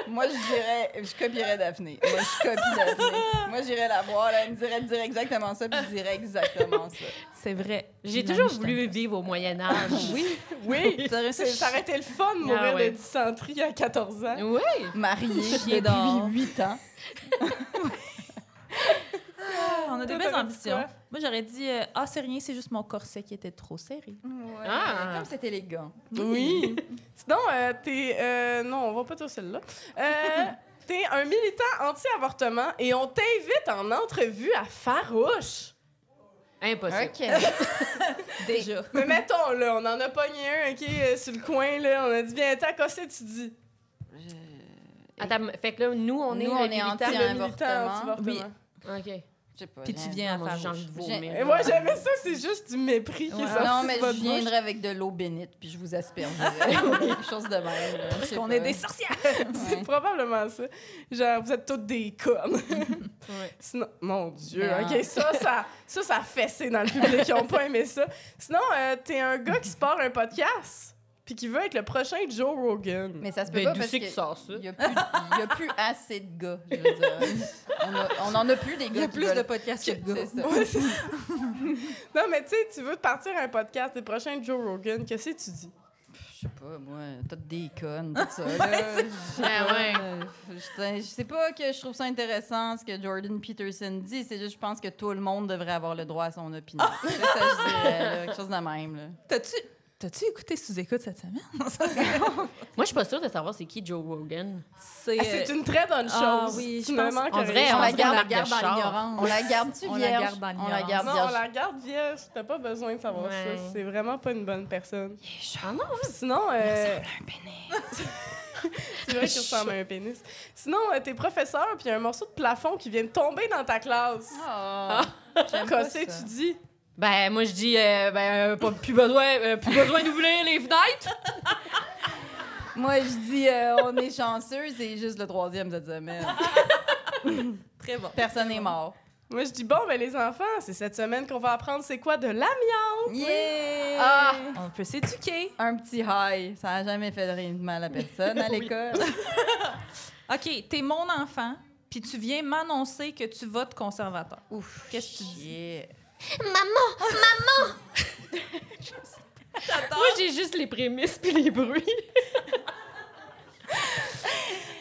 Speaker 5: Moi, je dirais, je copierais Daphné. Moi, je copie Daphné. Moi, j'irais la voir, là, elle me dirait de dire exactement ça, puis je dirais exactement ça.
Speaker 3: C'est vrai.
Speaker 6: J'ai
Speaker 3: Ma
Speaker 6: toujours
Speaker 3: michetonneuse.
Speaker 6: voulu vivre au Moyen-Âge. oui.
Speaker 4: Oui! C'est- Ça aurait été le fun de
Speaker 3: Ah
Speaker 4: mourir
Speaker 6: ouais.
Speaker 4: de dysenterie à 14 ans.
Speaker 6: Oui.
Speaker 5: Mariée
Speaker 3: Chier d'or.
Speaker 5: depuis 8 ans.
Speaker 3: On a de
Speaker 4: Toi,
Speaker 3: belles
Speaker 4: t'aurais dit
Speaker 3: ambitions.
Speaker 4: quoi?
Speaker 3: Moi, j'aurais dit euh, Ah, c'est rien, c'est juste mon corset qui était trop serré.
Speaker 6: Ah.
Speaker 5: Comme c'est élégant.
Speaker 4: Oui. Sinon, euh, t'es. euh, non, on va pas dire celle-là. Euh, t'es un militant anti-avortement et on t'invite en entrevue à Farouche.
Speaker 6: Impossible.
Speaker 3: Déjà.
Speaker 4: Mais mettons, là, on en a pogné un, OK, euh, sur le coin, là. On a dit, viens, t'as cassé, tu dis.
Speaker 6: Attends, fait que là, nous, on est
Speaker 5: Nous, on est anti-
Speaker 6: anti...
Speaker 5: Tiens,
Speaker 4: Le militant
Speaker 5: avortement.
Speaker 4: anti-avortement.
Speaker 6: OK.
Speaker 5: Je sais pas.
Speaker 3: Puis tu
Speaker 5: j'aime.
Speaker 3: viens
Speaker 6: Moi,
Speaker 3: à
Speaker 6: J'ai
Speaker 3: faire
Speaker 6: envie de
Speaker 5: J'ai-
Speaker 6: vomir.
Speaker 4: Et moi, j'aimais ça, c'est juste du mépris qui est
Speaker 3: Ouais.
Speaker 4: sorti
Speaker 5: Non,
Speaker 4: de
Speaker 5: mais
Speaker 4: votre
Speaker 5: je
Speaker 4: bouche.
Speaker 5: viendrai avec de l'eau bénite, puis je vous aspergerai. Ou quelque chose de même. là. Je
Speaker 3: Parce
Speaker 5: sais
Speaker 3: qu'on
Speaker 5: pas.
Speaker 3: est des sorcières.
Speaker 4: C'est probablement ça. Genre, vous êtes toutes des connes. Sinon, mon Dieu,
Speaker 5: Mais
Speaker 4: OK,
Speaker 5: en-
Speaker 4: ça, ça, ça, ça a fessé dans le public. Ils ont pas aimé ça. Sinon, euh, t'es un gars qui se part un podcast puis qui veut être le prochain Joe Rogan.
Speaker 5: Mais ça se peut
Speaker 6: Ben,
Speaker 5: pas
Speaker 6: d'où
Speaker 5: parce
Speaker 6: c'est
Speaker 5: que...
Speaker 6: qui sort ça?
Speaker 5: Il n'y a, plus- il y a plus assez de gars, je veux dire. On, a- on en a plus des gars. qui veulent-
Speaker 3: podcasts
Speaker 5: C'est ça.
Speaker 4: Ouais, c'est ça. non, mais tu sais, tu veux partir un podcast, le prochain Joe Rogan, qu'est-ce que tu dis?
Speaker 5: Je sais pas, moi, toutes des connes, tout ça. là.
Speaker 6: Ben ouais.
Speaker 5: Euh, je- Je sais pas que je trouve ça intéressant ce que Jordan Peterson dit, c'est juste je pense que tout le monde devrait avoir le droit à son opinion. C'est ça, je dirais, là, quelque chose de même. Là.
Speaker 3: T'as-tu... T'as-tu écouté Sous-Écoute cette semaine?
Speaker 6: Moi, je suis pas sûre de savoir c'est qui Joe Rogan.
Speaker 3: C'est...
Speaker 4: Ah,
Speaker 5: euh,
Speaker 4: c'est une très bonne chose.
Speaker 3: ah oui, je
Speaker 4: tu me
Speaker 3: pense-
Speaker 4: manques
Speaker 6: en
Speaker 4: à
Speaker 6: vrai,
Speaker 4: rien.
Speaker 6: on la
Speaker 5: pense qu'on
Speaker 6: garde
Speaker 5: la
Speaker 6: de
Speaker 5: garde dans
Speaker 6: char.
Speaker 5: l'ignorance. On la garde-tu
Speaker 3: Ah. On
Speaker 5: vierge?
Speaker 3: la garde dans
Speaker 5: On la
Speaker 3: l'ignorance.
Speaker 5: garde
Speaker 4: Non, on
Speaker 5: vierge.
Speaker 4: la garde vierge. T'as pas besoin de savoir
Speaker 6: Ouais.
Speaker 4: ça. C'est vraiment pas une bonne personne.
Speaker 6: Ah non?
Speaker 3: hein?
Speaker 4: Sinon, euh... c'est vrai qu'il ressemble à un pénis. Sinon, euh, t'es professeur, puis il y a un morceau de plafond qui vient de tomber dans ta classe.
Speaker 5: Oh,
Speaker 3: Ah,
Speaker 5: j'aime pas
Speaker 4: Cassé,
Speaker 5: ça.
Speaker 4: tu dis.
Speaker 6: Ben, moi, je dis, euh, ben, euh, pas, plus besoin, euh, plus besoin d'ouvrir les fenêtres.
Speaker 5: Moi, je dis, euh, on est chanceux, c'est juste le troisième cette semaine.
Speaker 3: Très bon.
Speaker 5: Personne n'est mort.
Speaker 4: Moi, je dis, bon, ben les enfants, c'est cette semaine qu'on va apprendre c'est quoi de l'amiante.
Speaker 5: Yeah!
Speaker 6: Ah!
Speaker 3: On peut s'éduquer.
Speaker 5: Un petit high. Ça n'a jamais fait de rien de mal à personne à l'école.
Speaker 3: OK, t'es mon enfant, puis tu viens m'annoncer que tu votes conservateur.
Speaker 5: Ouf.
Speaker 3: Qu'est-ce que tu dis?
Speaker 5: Yeah.
Speaker 6: Maman! Maman! moi, j'ai juste les prémices puis les bruits.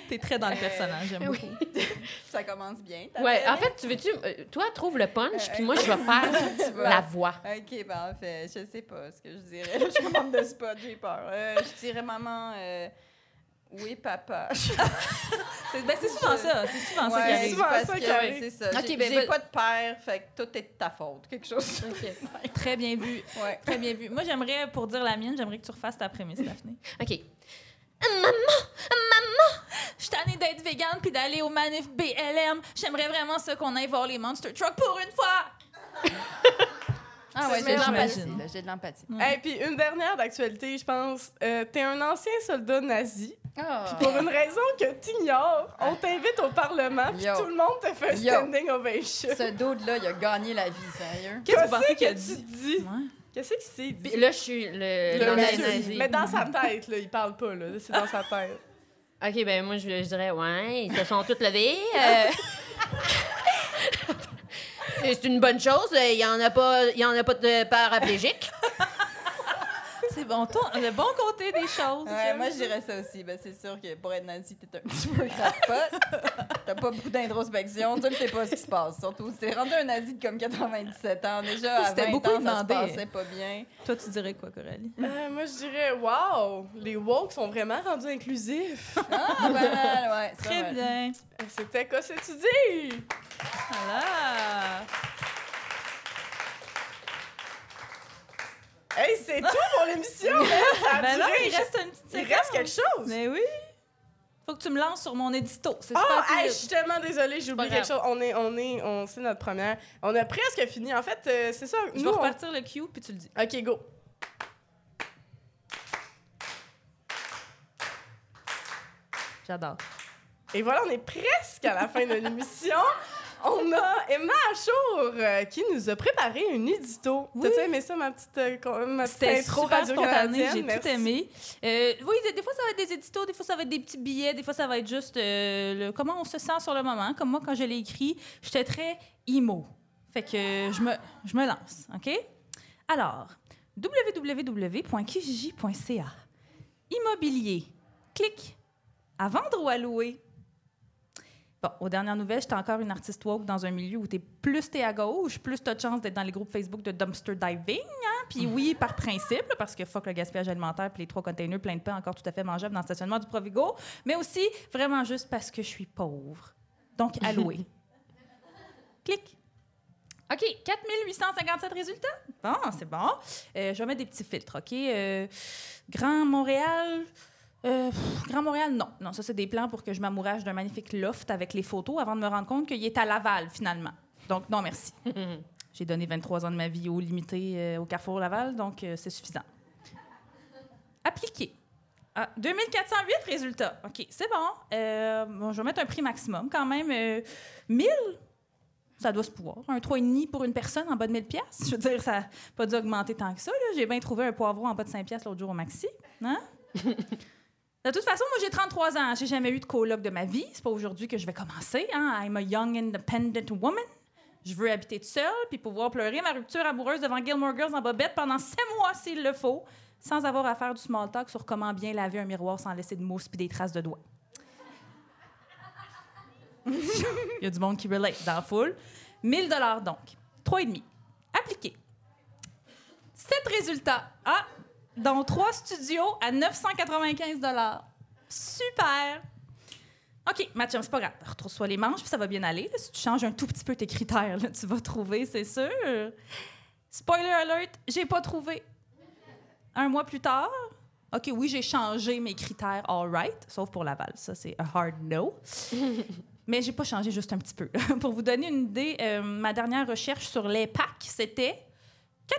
Speaker 3: T'es très dans le personnage, j'aime beaucoup.
Speaker 5: Euh, Ça commence bien. ta
Speaker 6: Ouais,
Speaker 5: belle.
Speaker 6: en fait, tu veux-tu. euh, toi, trouve le punch,
Speaker 5: Euh,
Speaker 6: puis moi, je vais faire
Speaker 5: tu vas-
Speaker 6: la voix.
Speaker 5: Ok, parfait. Je sais pas ce que je dirais. Je suis commande de spot, j'ai peur. Euh, je dirais maman, euh, oui, papa.
Speaker 3: C'est, ben, c'est souvent ça, c'est souvent ça qui
Speaker 5: Ouais,
Speaker 4: c'est
Speaker 3: arrive.
Speaker 4: souvent
Speaker 5: parce
Speaker 4: ça qui
Speaker 5: que,
Speaker 4: arrive.
Speaker 5: C'est ça.
Speaker 3: Ok,
Speaker 5: J'ai-
Speaker 3: ben,
Speaker 5: j'ai
Speaker 3: ben-
Speaker 5: pas de père, fait que tout est de ta faute. Quelque chose.
Speaker 3: Très bien vu,
Speaker 5: Ouais.
Speaker 3: très bien vu. Moi, j'aimerais, pour dire la mienne, j'aimerais que tu refasses ta prémisse, Daphné.
Speaker 6: OK.
Speaker 3: Je suis tannée d'être végane puis d'aller au manif BLM. J'aimerais vraiment ça qu'on aille voir les Monster Truck pour une fois.
Speaker 5: Ah
Speaker 4: ouais,
Speaker 5: ouais, j'ai de
Speaker 3: j'imagine.
Speaker 5: l'empathie. là, J'ai de l'empathie.
Speaker 4: Et puis une dernière d'actualité, je pense. Euh, T'es un ancien soldat nazi.
Speaker 3: Ah.
Speaker 4: Pour une raison que t'ignores, on t'invite au Parlement, puis
Speaker 5: Yo.
Speaker 4: tout le monde te fait un
Speaker 5: Yo.
Speaker 4: standing ovation.
Speaker 5: Ce dude-là, il a gagné la vie, sérieux.
Speaker 3: Qu'est-ce que
Speaker 4: Qu'est-ce
Speaker 3: tu pensais
Speaker 4: que
Speaker 3: qu'il a
Speaker 4: tu
Speaker 3: dit?
Speaker 4: dis?
Speaker 3: Ouais.
Speaker 4: Qu'est-ce qu'il s'est dit?
Speaker 6: Puis là, je suis le.
Speaker 4: Le
Speaker 6: le
Speaker 4: monsieur.
Speaker 6: nazi.
Speaker 4: Mais dans sa tête, là, il parle pas, là. C'est dans sa tête.
Speaker 6: OK, ben, moi, je, je dirais, ouais, ils se sont tous levés. euh. C'est une bonne chose. euh, Il y en a pas, il y en a pas de paraplégique.
Speaker 3: C'est bon, ton- le bon côté des choses.
Speaker 5: Ouais, moi, je dirais ça aussi. Ben, c'est sûr que pour être nazi, t'es un petit peu crapote. T'as pas beaucoup d'introspection. Tu ne sais pas ce qui se passe. Surtout, t'es rendu un nazi de comme 97 ans. Déjà, à
Speaker 3: C'était
Speaker 5: 20
Speaker 3: beaucoup
Speaker 5: ans, ça se
Speaker 3: demandé.
Speaker 5: passait pas bien.
Speaker 3: Toi, tu dirais quoi, Coralie?
Speaker 4: Euh, moi, je dirais, wow, les woke sont vraiment rendus inclusifs. Euh,
Speaker 5: Ah, pas mal, ouais. c'est pas
Speaker 3: Très
Speaker 5: mal.
Speaker 3: bien.
Speaker 4: C'était quoi, c'est tu dis?
Speaker 3: Voilà.
Speaker 4: Hey, c'est tout pour l'émission! hein? Ça a
Speaker 3: Ben non,
Speaker 4: duré-
Speaker 3: il reste une petite
Speaker 4: il
Speaker 3: séquence.
Speaker 4: reste quelque chose!
Speaker 3: Mais oui. Faut que tu me lances sur mon édito. C'est
Speaker 4: Oh,
Speaker 3: super
Speaker 4: hey, je
Speaker 3: fluide.
Speaker 4: suis tellement désolée, j'ai oublié
Speaker 3: pas
Speaker 4: quelque chose. On est, on est, on c'est notre première. On a presque fini. En fait, euh, c'est ça.
Speaker 3: Je
Speaker 4: nous,
Speaker 3: vais
Speaker 4: on-
Speaker 3: repartir le cue, puis tu le dis.
Speaker 4: Ok, go.
Speaker 3: J'adore.
Speaker 4: Et voilà, on est presque à la fin de l'émission. On a Emma Achour euh, qui nous a préparé une édito.
Speaker 3: Oui.
Speaker 4: T'as-tu aimé ça, ma petite, euh, con- ma petite
Speaker 3: C'était
Speaker 4: intro
Speaker 3: trop radio spontané,
Speaker 4: radio-canadienne?
Speaker 3: j'ai
Speaker 4: Merci.
Speaker 3: tout aimé. Euh, oui, des, des fois, ça va être des éditos, des fois, ça va être des petits billets, des fois, ça va être juste euh, le- comment on se sent sur le moment. Comme moi, quand je l'ai écrit, j'étais très emo. Fait que euh, je me, je me lance, OK? Alors, www.kijiji.ca. Immobilier. Clic. À vendre ou à louer? Bon, aux dernières nouvelles, j'étais encore une artiste woke dans un milieu où t'es plus t'es à gauche, plus t'as de chance d'être dans les groupes Facebook de dumpster diving. Puis oui, par principe, là, parce que fuck le gaspillage alimentaire, puis les trois containers pleins de pain encore tout à fait mangeables dans le stationnement du Provigo, mais aussi vraiment juste parce que je suis pauvre. Donc, alloué. Clic. OK, 4857 résultats. Bon, c'est bon. Euh, je vais mettre des petits filtres, OK? Euh, Grand Montréal. euh, pff, Grand Montréal, non. Non, ça, c'est des plans pour que je m'amourage d'un magnifique loft avec les photos avant de me rendre compte qu'il est à Laval, finalement. Donc, non, merci. J'ai donné 23 ans de ma vie au limité euh, au Carrefour Laval, donc euh, c'est suffisant. Appliqué. Ah, 2408 résultats. OK, c'est bon. Euh, bon. Je vais mettre un prix maximum quand même. Euh, 1000, ça doit se pouvoir. Un 3,5 pour une personne en bas de 1000 pièces. Je veux dire, ça n'a pas dû augmenter tant que ça. là. J'ai bien trouvé un poivron en bas de 5 pièces l'autre jour au maxi. Hein? De toute façon, moi, j'ai 33 ans. J'ai jamais eu de coloc de ma vie. C'est pas aujourd'hui que je vais commencer. Hein? I'm a young independent woman. Je veux habiter toute seule puis pouvoir pleurer ma rupture amoureuse devant Gilmore Girls en bobette pendant sept mois s'il le faut, sans avoir à faire du small talk sur comment bien laver un miroir sans laisser de mousse puis des traces de doigts. Il y a du monde qui relate dans la foule. 1000 dollars donc. 3,5. Appliqué. 7 résultats. Ah, dans 3 studios à 995 dollars. Super! OK, Mathieu, c'est pas grave. Retrousse-toi les manches, puis ça va bien aller. là. Si tu changes un tout petit peu tes critères, là, tu vas trouver, c'est sûr. Spoiler alert, j'ai pas trouvé. Un mois plus tard, OK, oui, j'ai changé mes critères, all right, sauf pour Laval. Ça, c'est a hard no. Mais j'ai pas changé juste un petit peu. pour vous donner une idée, euh, ma dernière recherche sur les packs, c'était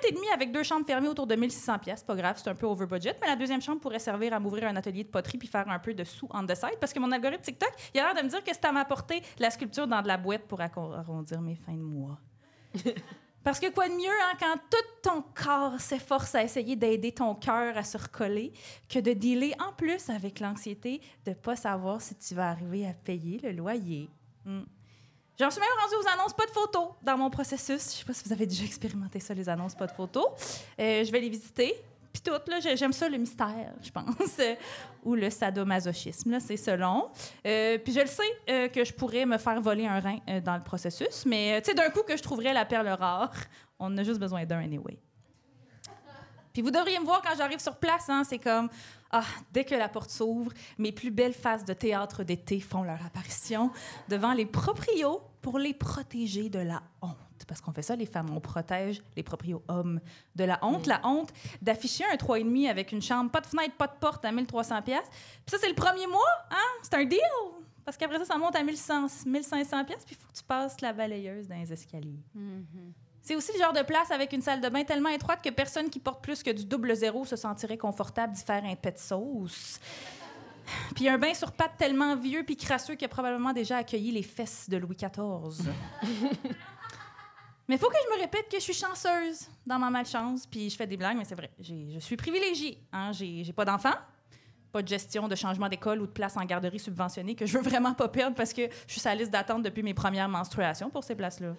Speaker 3: 4,5 avec deux chambres fermées autour de 1600 pièces. Pas grave, c'est un peu over budget, mais la deuxième chambre pourrait servir à m'ouvrir un atelier de poterie puis faire un peu de sous en the side parce que mon algorithme TikTok, il a l'air de me dire que c'est à m'apporter de la sculpture dans de la boîte pour acco- arrondir mes fins de mois. Parce que quoi de mieux hein, quand tout ton corps s'efforce à essayer d'aider ton cœur à se recoller que de dealer en plus avec l'anxiété de pas savoir si tu vas arriver à payer le loyer. Hmm. J'en suis même rendue aux annonces pas de photos dans mon processus. Je sais pas si vous avez déjà expérimenté ça, les annonces pas de photos. Euh, je vais les visiter. Puis toutes, là, j'ai- j'aime ça le mystère, je pense, Euh, ou le sadomasochisme, là, c'est selon. Euh, puis je le sais euh, que je pourrais me faire voler un rein euh, dans le processus, mais euh, tu sais, d'un coup que je trouverais la perle rare, on a juste besoin d'un anyway. Puis vous devriez me voir quand j'arrive sur place, hein, c'est comme, ah, dès que la porte s'ouvre, mes plus belles faces de théâtre d'été font leur apparition devant les proprios pour les protéger de la honte. Parce qu'on fait ça, les femmes, on protège les proprios hommes de la honte. La honte d'afficher un 3,5 avec une chambre, pas de fenêtre, pas de porte à 1300$. Puis ça, c'est le premier mois, hein? C'est un deal! Parce qu'après ça, ça monte à 1100, 1500$, puis il faut que tu passes la balayeuse dans les escaliers. C'est aussi le genre de place avec une salle de bain tellement étroite que personne qui porte plus que du double zéro se sentirait confortable d'y faire un pet de sauce. Puis un bain sur pattes tellement vieux puis crasseux qu'il a probablement déjà accueilli les fesses de Louis XIV. mais faut que je me répète que je suis chanceuse dans ma malchance. Puis je fais des blagues, mais c'est vrai. J'ai- Je suis privilégiée. Hein? J'ai j'ai pas d'enfant, pas de gestion de changement d'école ou de place en garderie subventionnée que je veux vraiment pas perdre parce que je suis sur la liste d'attente depuis mes premières menstruations pour ces places-là.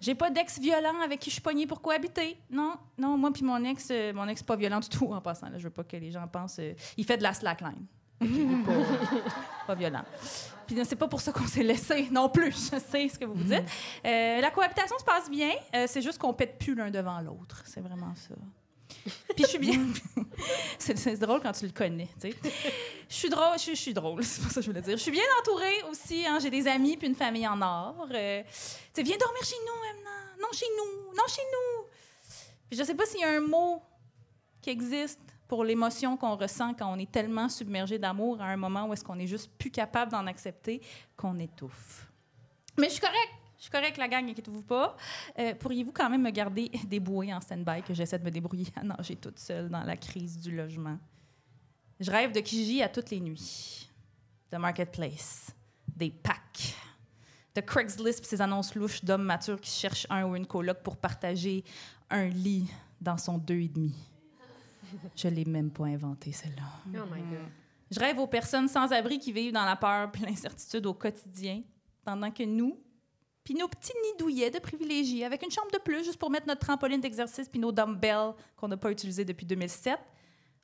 Speaker 3: J'ai pas d'ex violent avec qui je suis pognée pour cohabiter. Non, non, moi puis mon ex, euh, mon ex pas violent du tout en passant. Là, je veux pas que les gens pensent. euh, il fait de la slackline. Il est pas, pas violent. Puis non, c'est pas pour ça qu'on s'est laissé non plus. Je sais ce que vous vous dites. Euh, la cohabitation se passe bien. euh, c'est juste qu'on pète plus l'un devant l'autre. C'est vraiment ça. Puis je suis bien. c'est, c'est drôle quand tu le connais, tu sais. Je suis drôle, je, suis- je suis drôle, c'est pour ça que je voulais dire. Je suis bien entourée aussi, hein, j'ai des amis puis une famille en or. Euh, tu sais, viens dormir chez nous maintenant. Non, chez nous. Non, chez nous. Puis Puis je sais pas s'il y a un mot qui existe pour l'émotion qu'on ressent quand on est tellement submergé d'amour à un moment où est-ce qu'on est juste plus capable d'en accepter qu'on étouffe. Mais je suis correcte. Je suis correcte, la gang, inquiétez-vous pas. Euh, Pourriez-vous quand même me garder débouée en stand-by que j'essaie de me débrouiller à nager toute seule dans la crise du logement? Je rêve de Kiji à toutes les nuits. De Marketplace. Des packs. De Craigslist pis ses annonces louches d'hommes matures qui cherchent un ou une coloc pour partager un lit dans son deux et demi. Je l'ai même pas inventé, celle-là.
Speaker 6: Oh my God.
Speaker 3: Je rêve aux personnes sans abri qui vivent dans la peur et l'incertitude au quotidien, pendant que nous, puis nos petits nids douillets de privilégiés, avec une chambre de plus juste pour mettre notre trampoline d'exercice puis nos dumbbells qu'on n'a pas utilisés depuis 2007,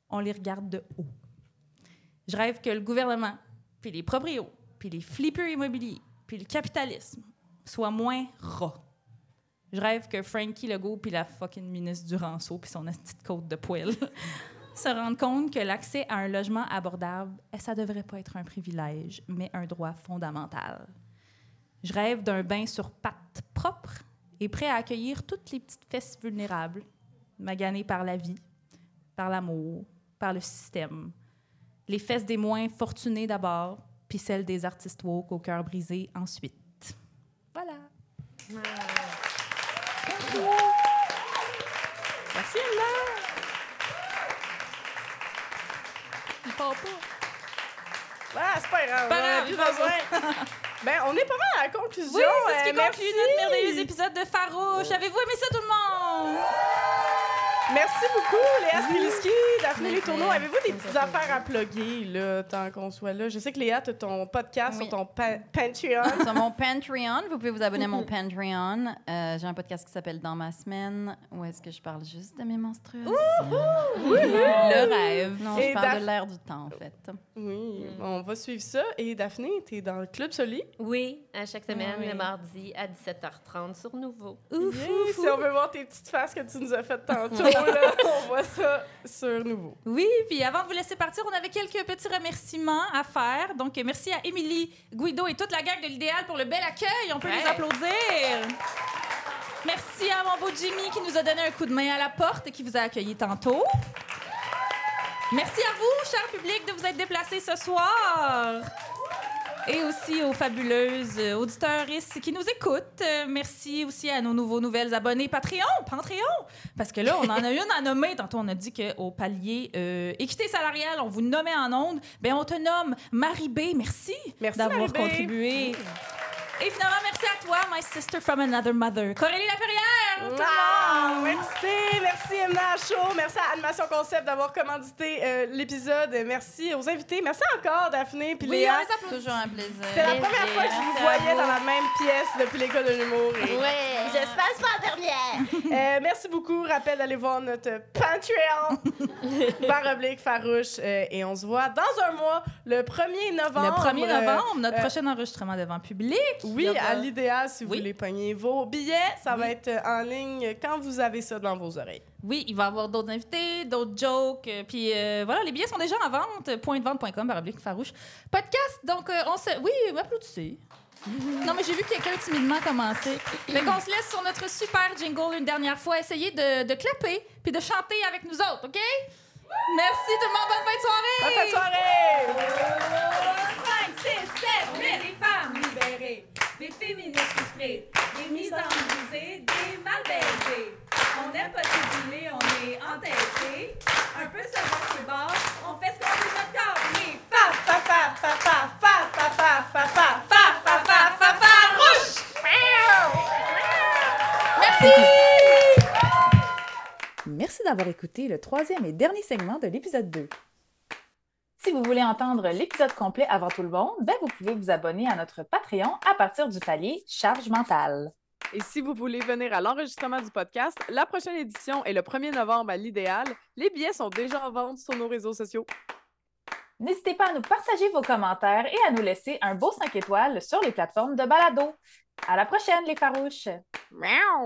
Speaker 3: on les regarde de haut. Je rêve que le gouvernement, puis les proprios, puis les flippers immobiliers, puis le capitalisme soient moins rats. Je rêve que Frankie Legault puis la fucking ministre du Rançon puis son petite côte de poêle se rendent compte que l'accès à un logement abordable, eh, ça devrait pas être un privilège, mais un droit fondamental. Je rêve d'un bain sur pattes propre et prêt à accueillir toutes les petites fesses vulnérables, maganées par la vie, par l'amour, par le système. Les fesses des moins fortunés d'abord, puis celles des artistes woke au cœur brisé ensuite. Voilà. Merci, Emma. Il part pas.
Speaker 4: Ah, c'est pas grave.
Speaker 3: Pas
Speaker 4: on en a
Speaker 3: grave,
Speaker 4: plus
Speaker 3: bravo.
Speaker 4: besoin. ben, on est pas mal à la conclusion.
Speaker 3: Oui, c'est ce qui
Speaker 4: euh,
Speaker 3: conclut notre merveilleux épisode de Farouche. Avez-vous aimé ça, tout le monde?
Speaker 4: Merci beaucoup, Léa Spiliski, Daphné
Speaker 5: Merci.
Speaker 4: Les Tourneaux. Avez-vous des petites
Speaker 5: Ça me fait
Speaker 4: affaires à plugger, là, tant qu'on soit là? Je sais que Léa, t'as ton podcast
Speaker 5: Oui.
Speaker 4: sur ton pa- Patreon.
Speaker 5: sur mon Patreon. Vous pouvez vous abonner à mon Patreon. Euh, J'ai un podcast qui s'appelle Dans ma semaine, où est-ce que je parle juste de mes menstruations. Le rêve. Non,
Speaker 4: Et
Speaker 5: je parle
Speaker 4: Daph-
Speaker 5: de l'air du temps, en fait.
Speaker 4: Oui, Mm. on va suivre ça. Et Daphné, t'es dans le Club Soli.
Speaker 6: Ah Oui, à chaque semaine,
Speaker 4: Oui.
Speaker 6: le mardi à 17h30 sur Nouveau.
Speaker 4: Yay, si on veut voir tes petites faces que tu nous as faites tantôt, là, on voit ça sur Nouveau.
Speaker 3: Oui, puis avant de vous laisser partir, on avait quelques petits remerciements à faire. Donc, merci à Émilie, Guido et toute la gang de l'Idéal pour le bel accueil. On peut
Speaker 6: Ouais.
Speaker 3: les applaudir. Merci à mon beau Jimmy qui nous a donné un coup de main à la porte et qui vous a accueillis tantôt. Merci à vous, cher public, de vous être déplacés ce soir. Et aussi aux fabuleuses euh, auditeurs qui nous écoutent. Euh, merci aussi à nos nouveaux nouvelles abonnés Patreon, Patreon. Parce que là, on en a une à nommer. Tantôt, on a dit qu'au palier euh, équité salariale, on vous nommait en ondes. Bien, on te nomme Marie B. Merci,
Speaker 4: Merci,
Speaker 3: d'avoir
Speaker 4: Marie B.
Speaker 3: contribué. Et finalement, merci à toi, my sister from another mother, Corélie Laperrière. tout
Speaker 5: Ah!
Speaker 4: Wow!
Speaker 3: le monde.
Speaker 4: Merci, merci Emma Chaud, merci à Animation Concept d'avoir commandité euh, l'épisode, merci aux invités, merci encore Daphné puis
Speaker 3: Oui,
Speaker 4: Léa.
Speaker 5: hein,
Speaker 3: on les applaudit.
Speaker 5: Toujours un plaisir.
Speaker 4: C'était la
Speaker 5: Merci.
Speaker 4: première fois que je vous
Speaker 5: Merci à
Speaker 4: voyais
Speaker 5: vous.
Speaker 4: dans la même pièce depuis l'école de l'humour. et,
Speaker 8: Ouais. J'espère que c'est pas la dernière.
Speaker 4: euh, merci beaucoup. Rappel d'aller voir notre Patreon par oblique farouche. euh, et on se voit dans un mois, le 1er
Speaker 3: Le
Speaker 4: novembre.
Speaker 3: 1er novembre, notre
Speaker 4: euh,
Speaker 3: prochain enregistrement devant public.
Speaker 4: Euh, oui,
Speaker 3: Il y aura-
Speaker 4: à l'idéal, si vous
Speaker 3: Oui.
Speaker 4: voulez pogner vos billets, ça va être euh, en ligne quand vous avez ça dans vos oreilles.
Speaker 3: Oui, il va y avoir d'autres invités, d'autres jokes. euh, Puis euh, voilà, les billets sont déjà en vente. euh, Pointdevente.com, par oblique, farouche. Podcast, donc euh, on se... Oui, applaudissez. non, mais j'ai vu quelqu'un timidement commencer. Fait qu'on se laisse sur notre super jingle une dernière fois. Essayez de, de clapper puis de chanter avec nous autres, OK? Merci tout le monde, bonne fin de soirée!
Speaker 4: Bonne fin de soirée!
Speaker 3: 5, 6, 7, 8, des femmes libérées, des féministes frustrées, des mises en musée, des mal baisées. On n'aime pas jubiler, on est entêtés. Un peu sur notre bord, on fait ce qu'on veut de notre corps. Les femmes, fa, fa, fa, fa, fa, fa, fa, fa, fa, fa, fa, fa, fa, fa, rouge!
Speaker 1: Merci d'avoir écouté le troisième et dernier segment de l'épisode 2. Si vous voulez entendre l'épisode complet avant tout le monde, ben vous pouvez vous abonner à notre Patreon à partir du palier Charge mentale.
Speaker 2: Et si vous voulez venir à l'enregistrement du podcast, la prochaine édition est le 1er novembre à l'idéal. Les billets sont déjà en vente sur nos réseaux sociaux.
Speaker 1: N'hésitez pas à nous partager vos commentaires et à nous laisser un beau 5 étoiles sur les plateformes de balado. À la prochaine, les farouches!
Speaker 2: Miaou!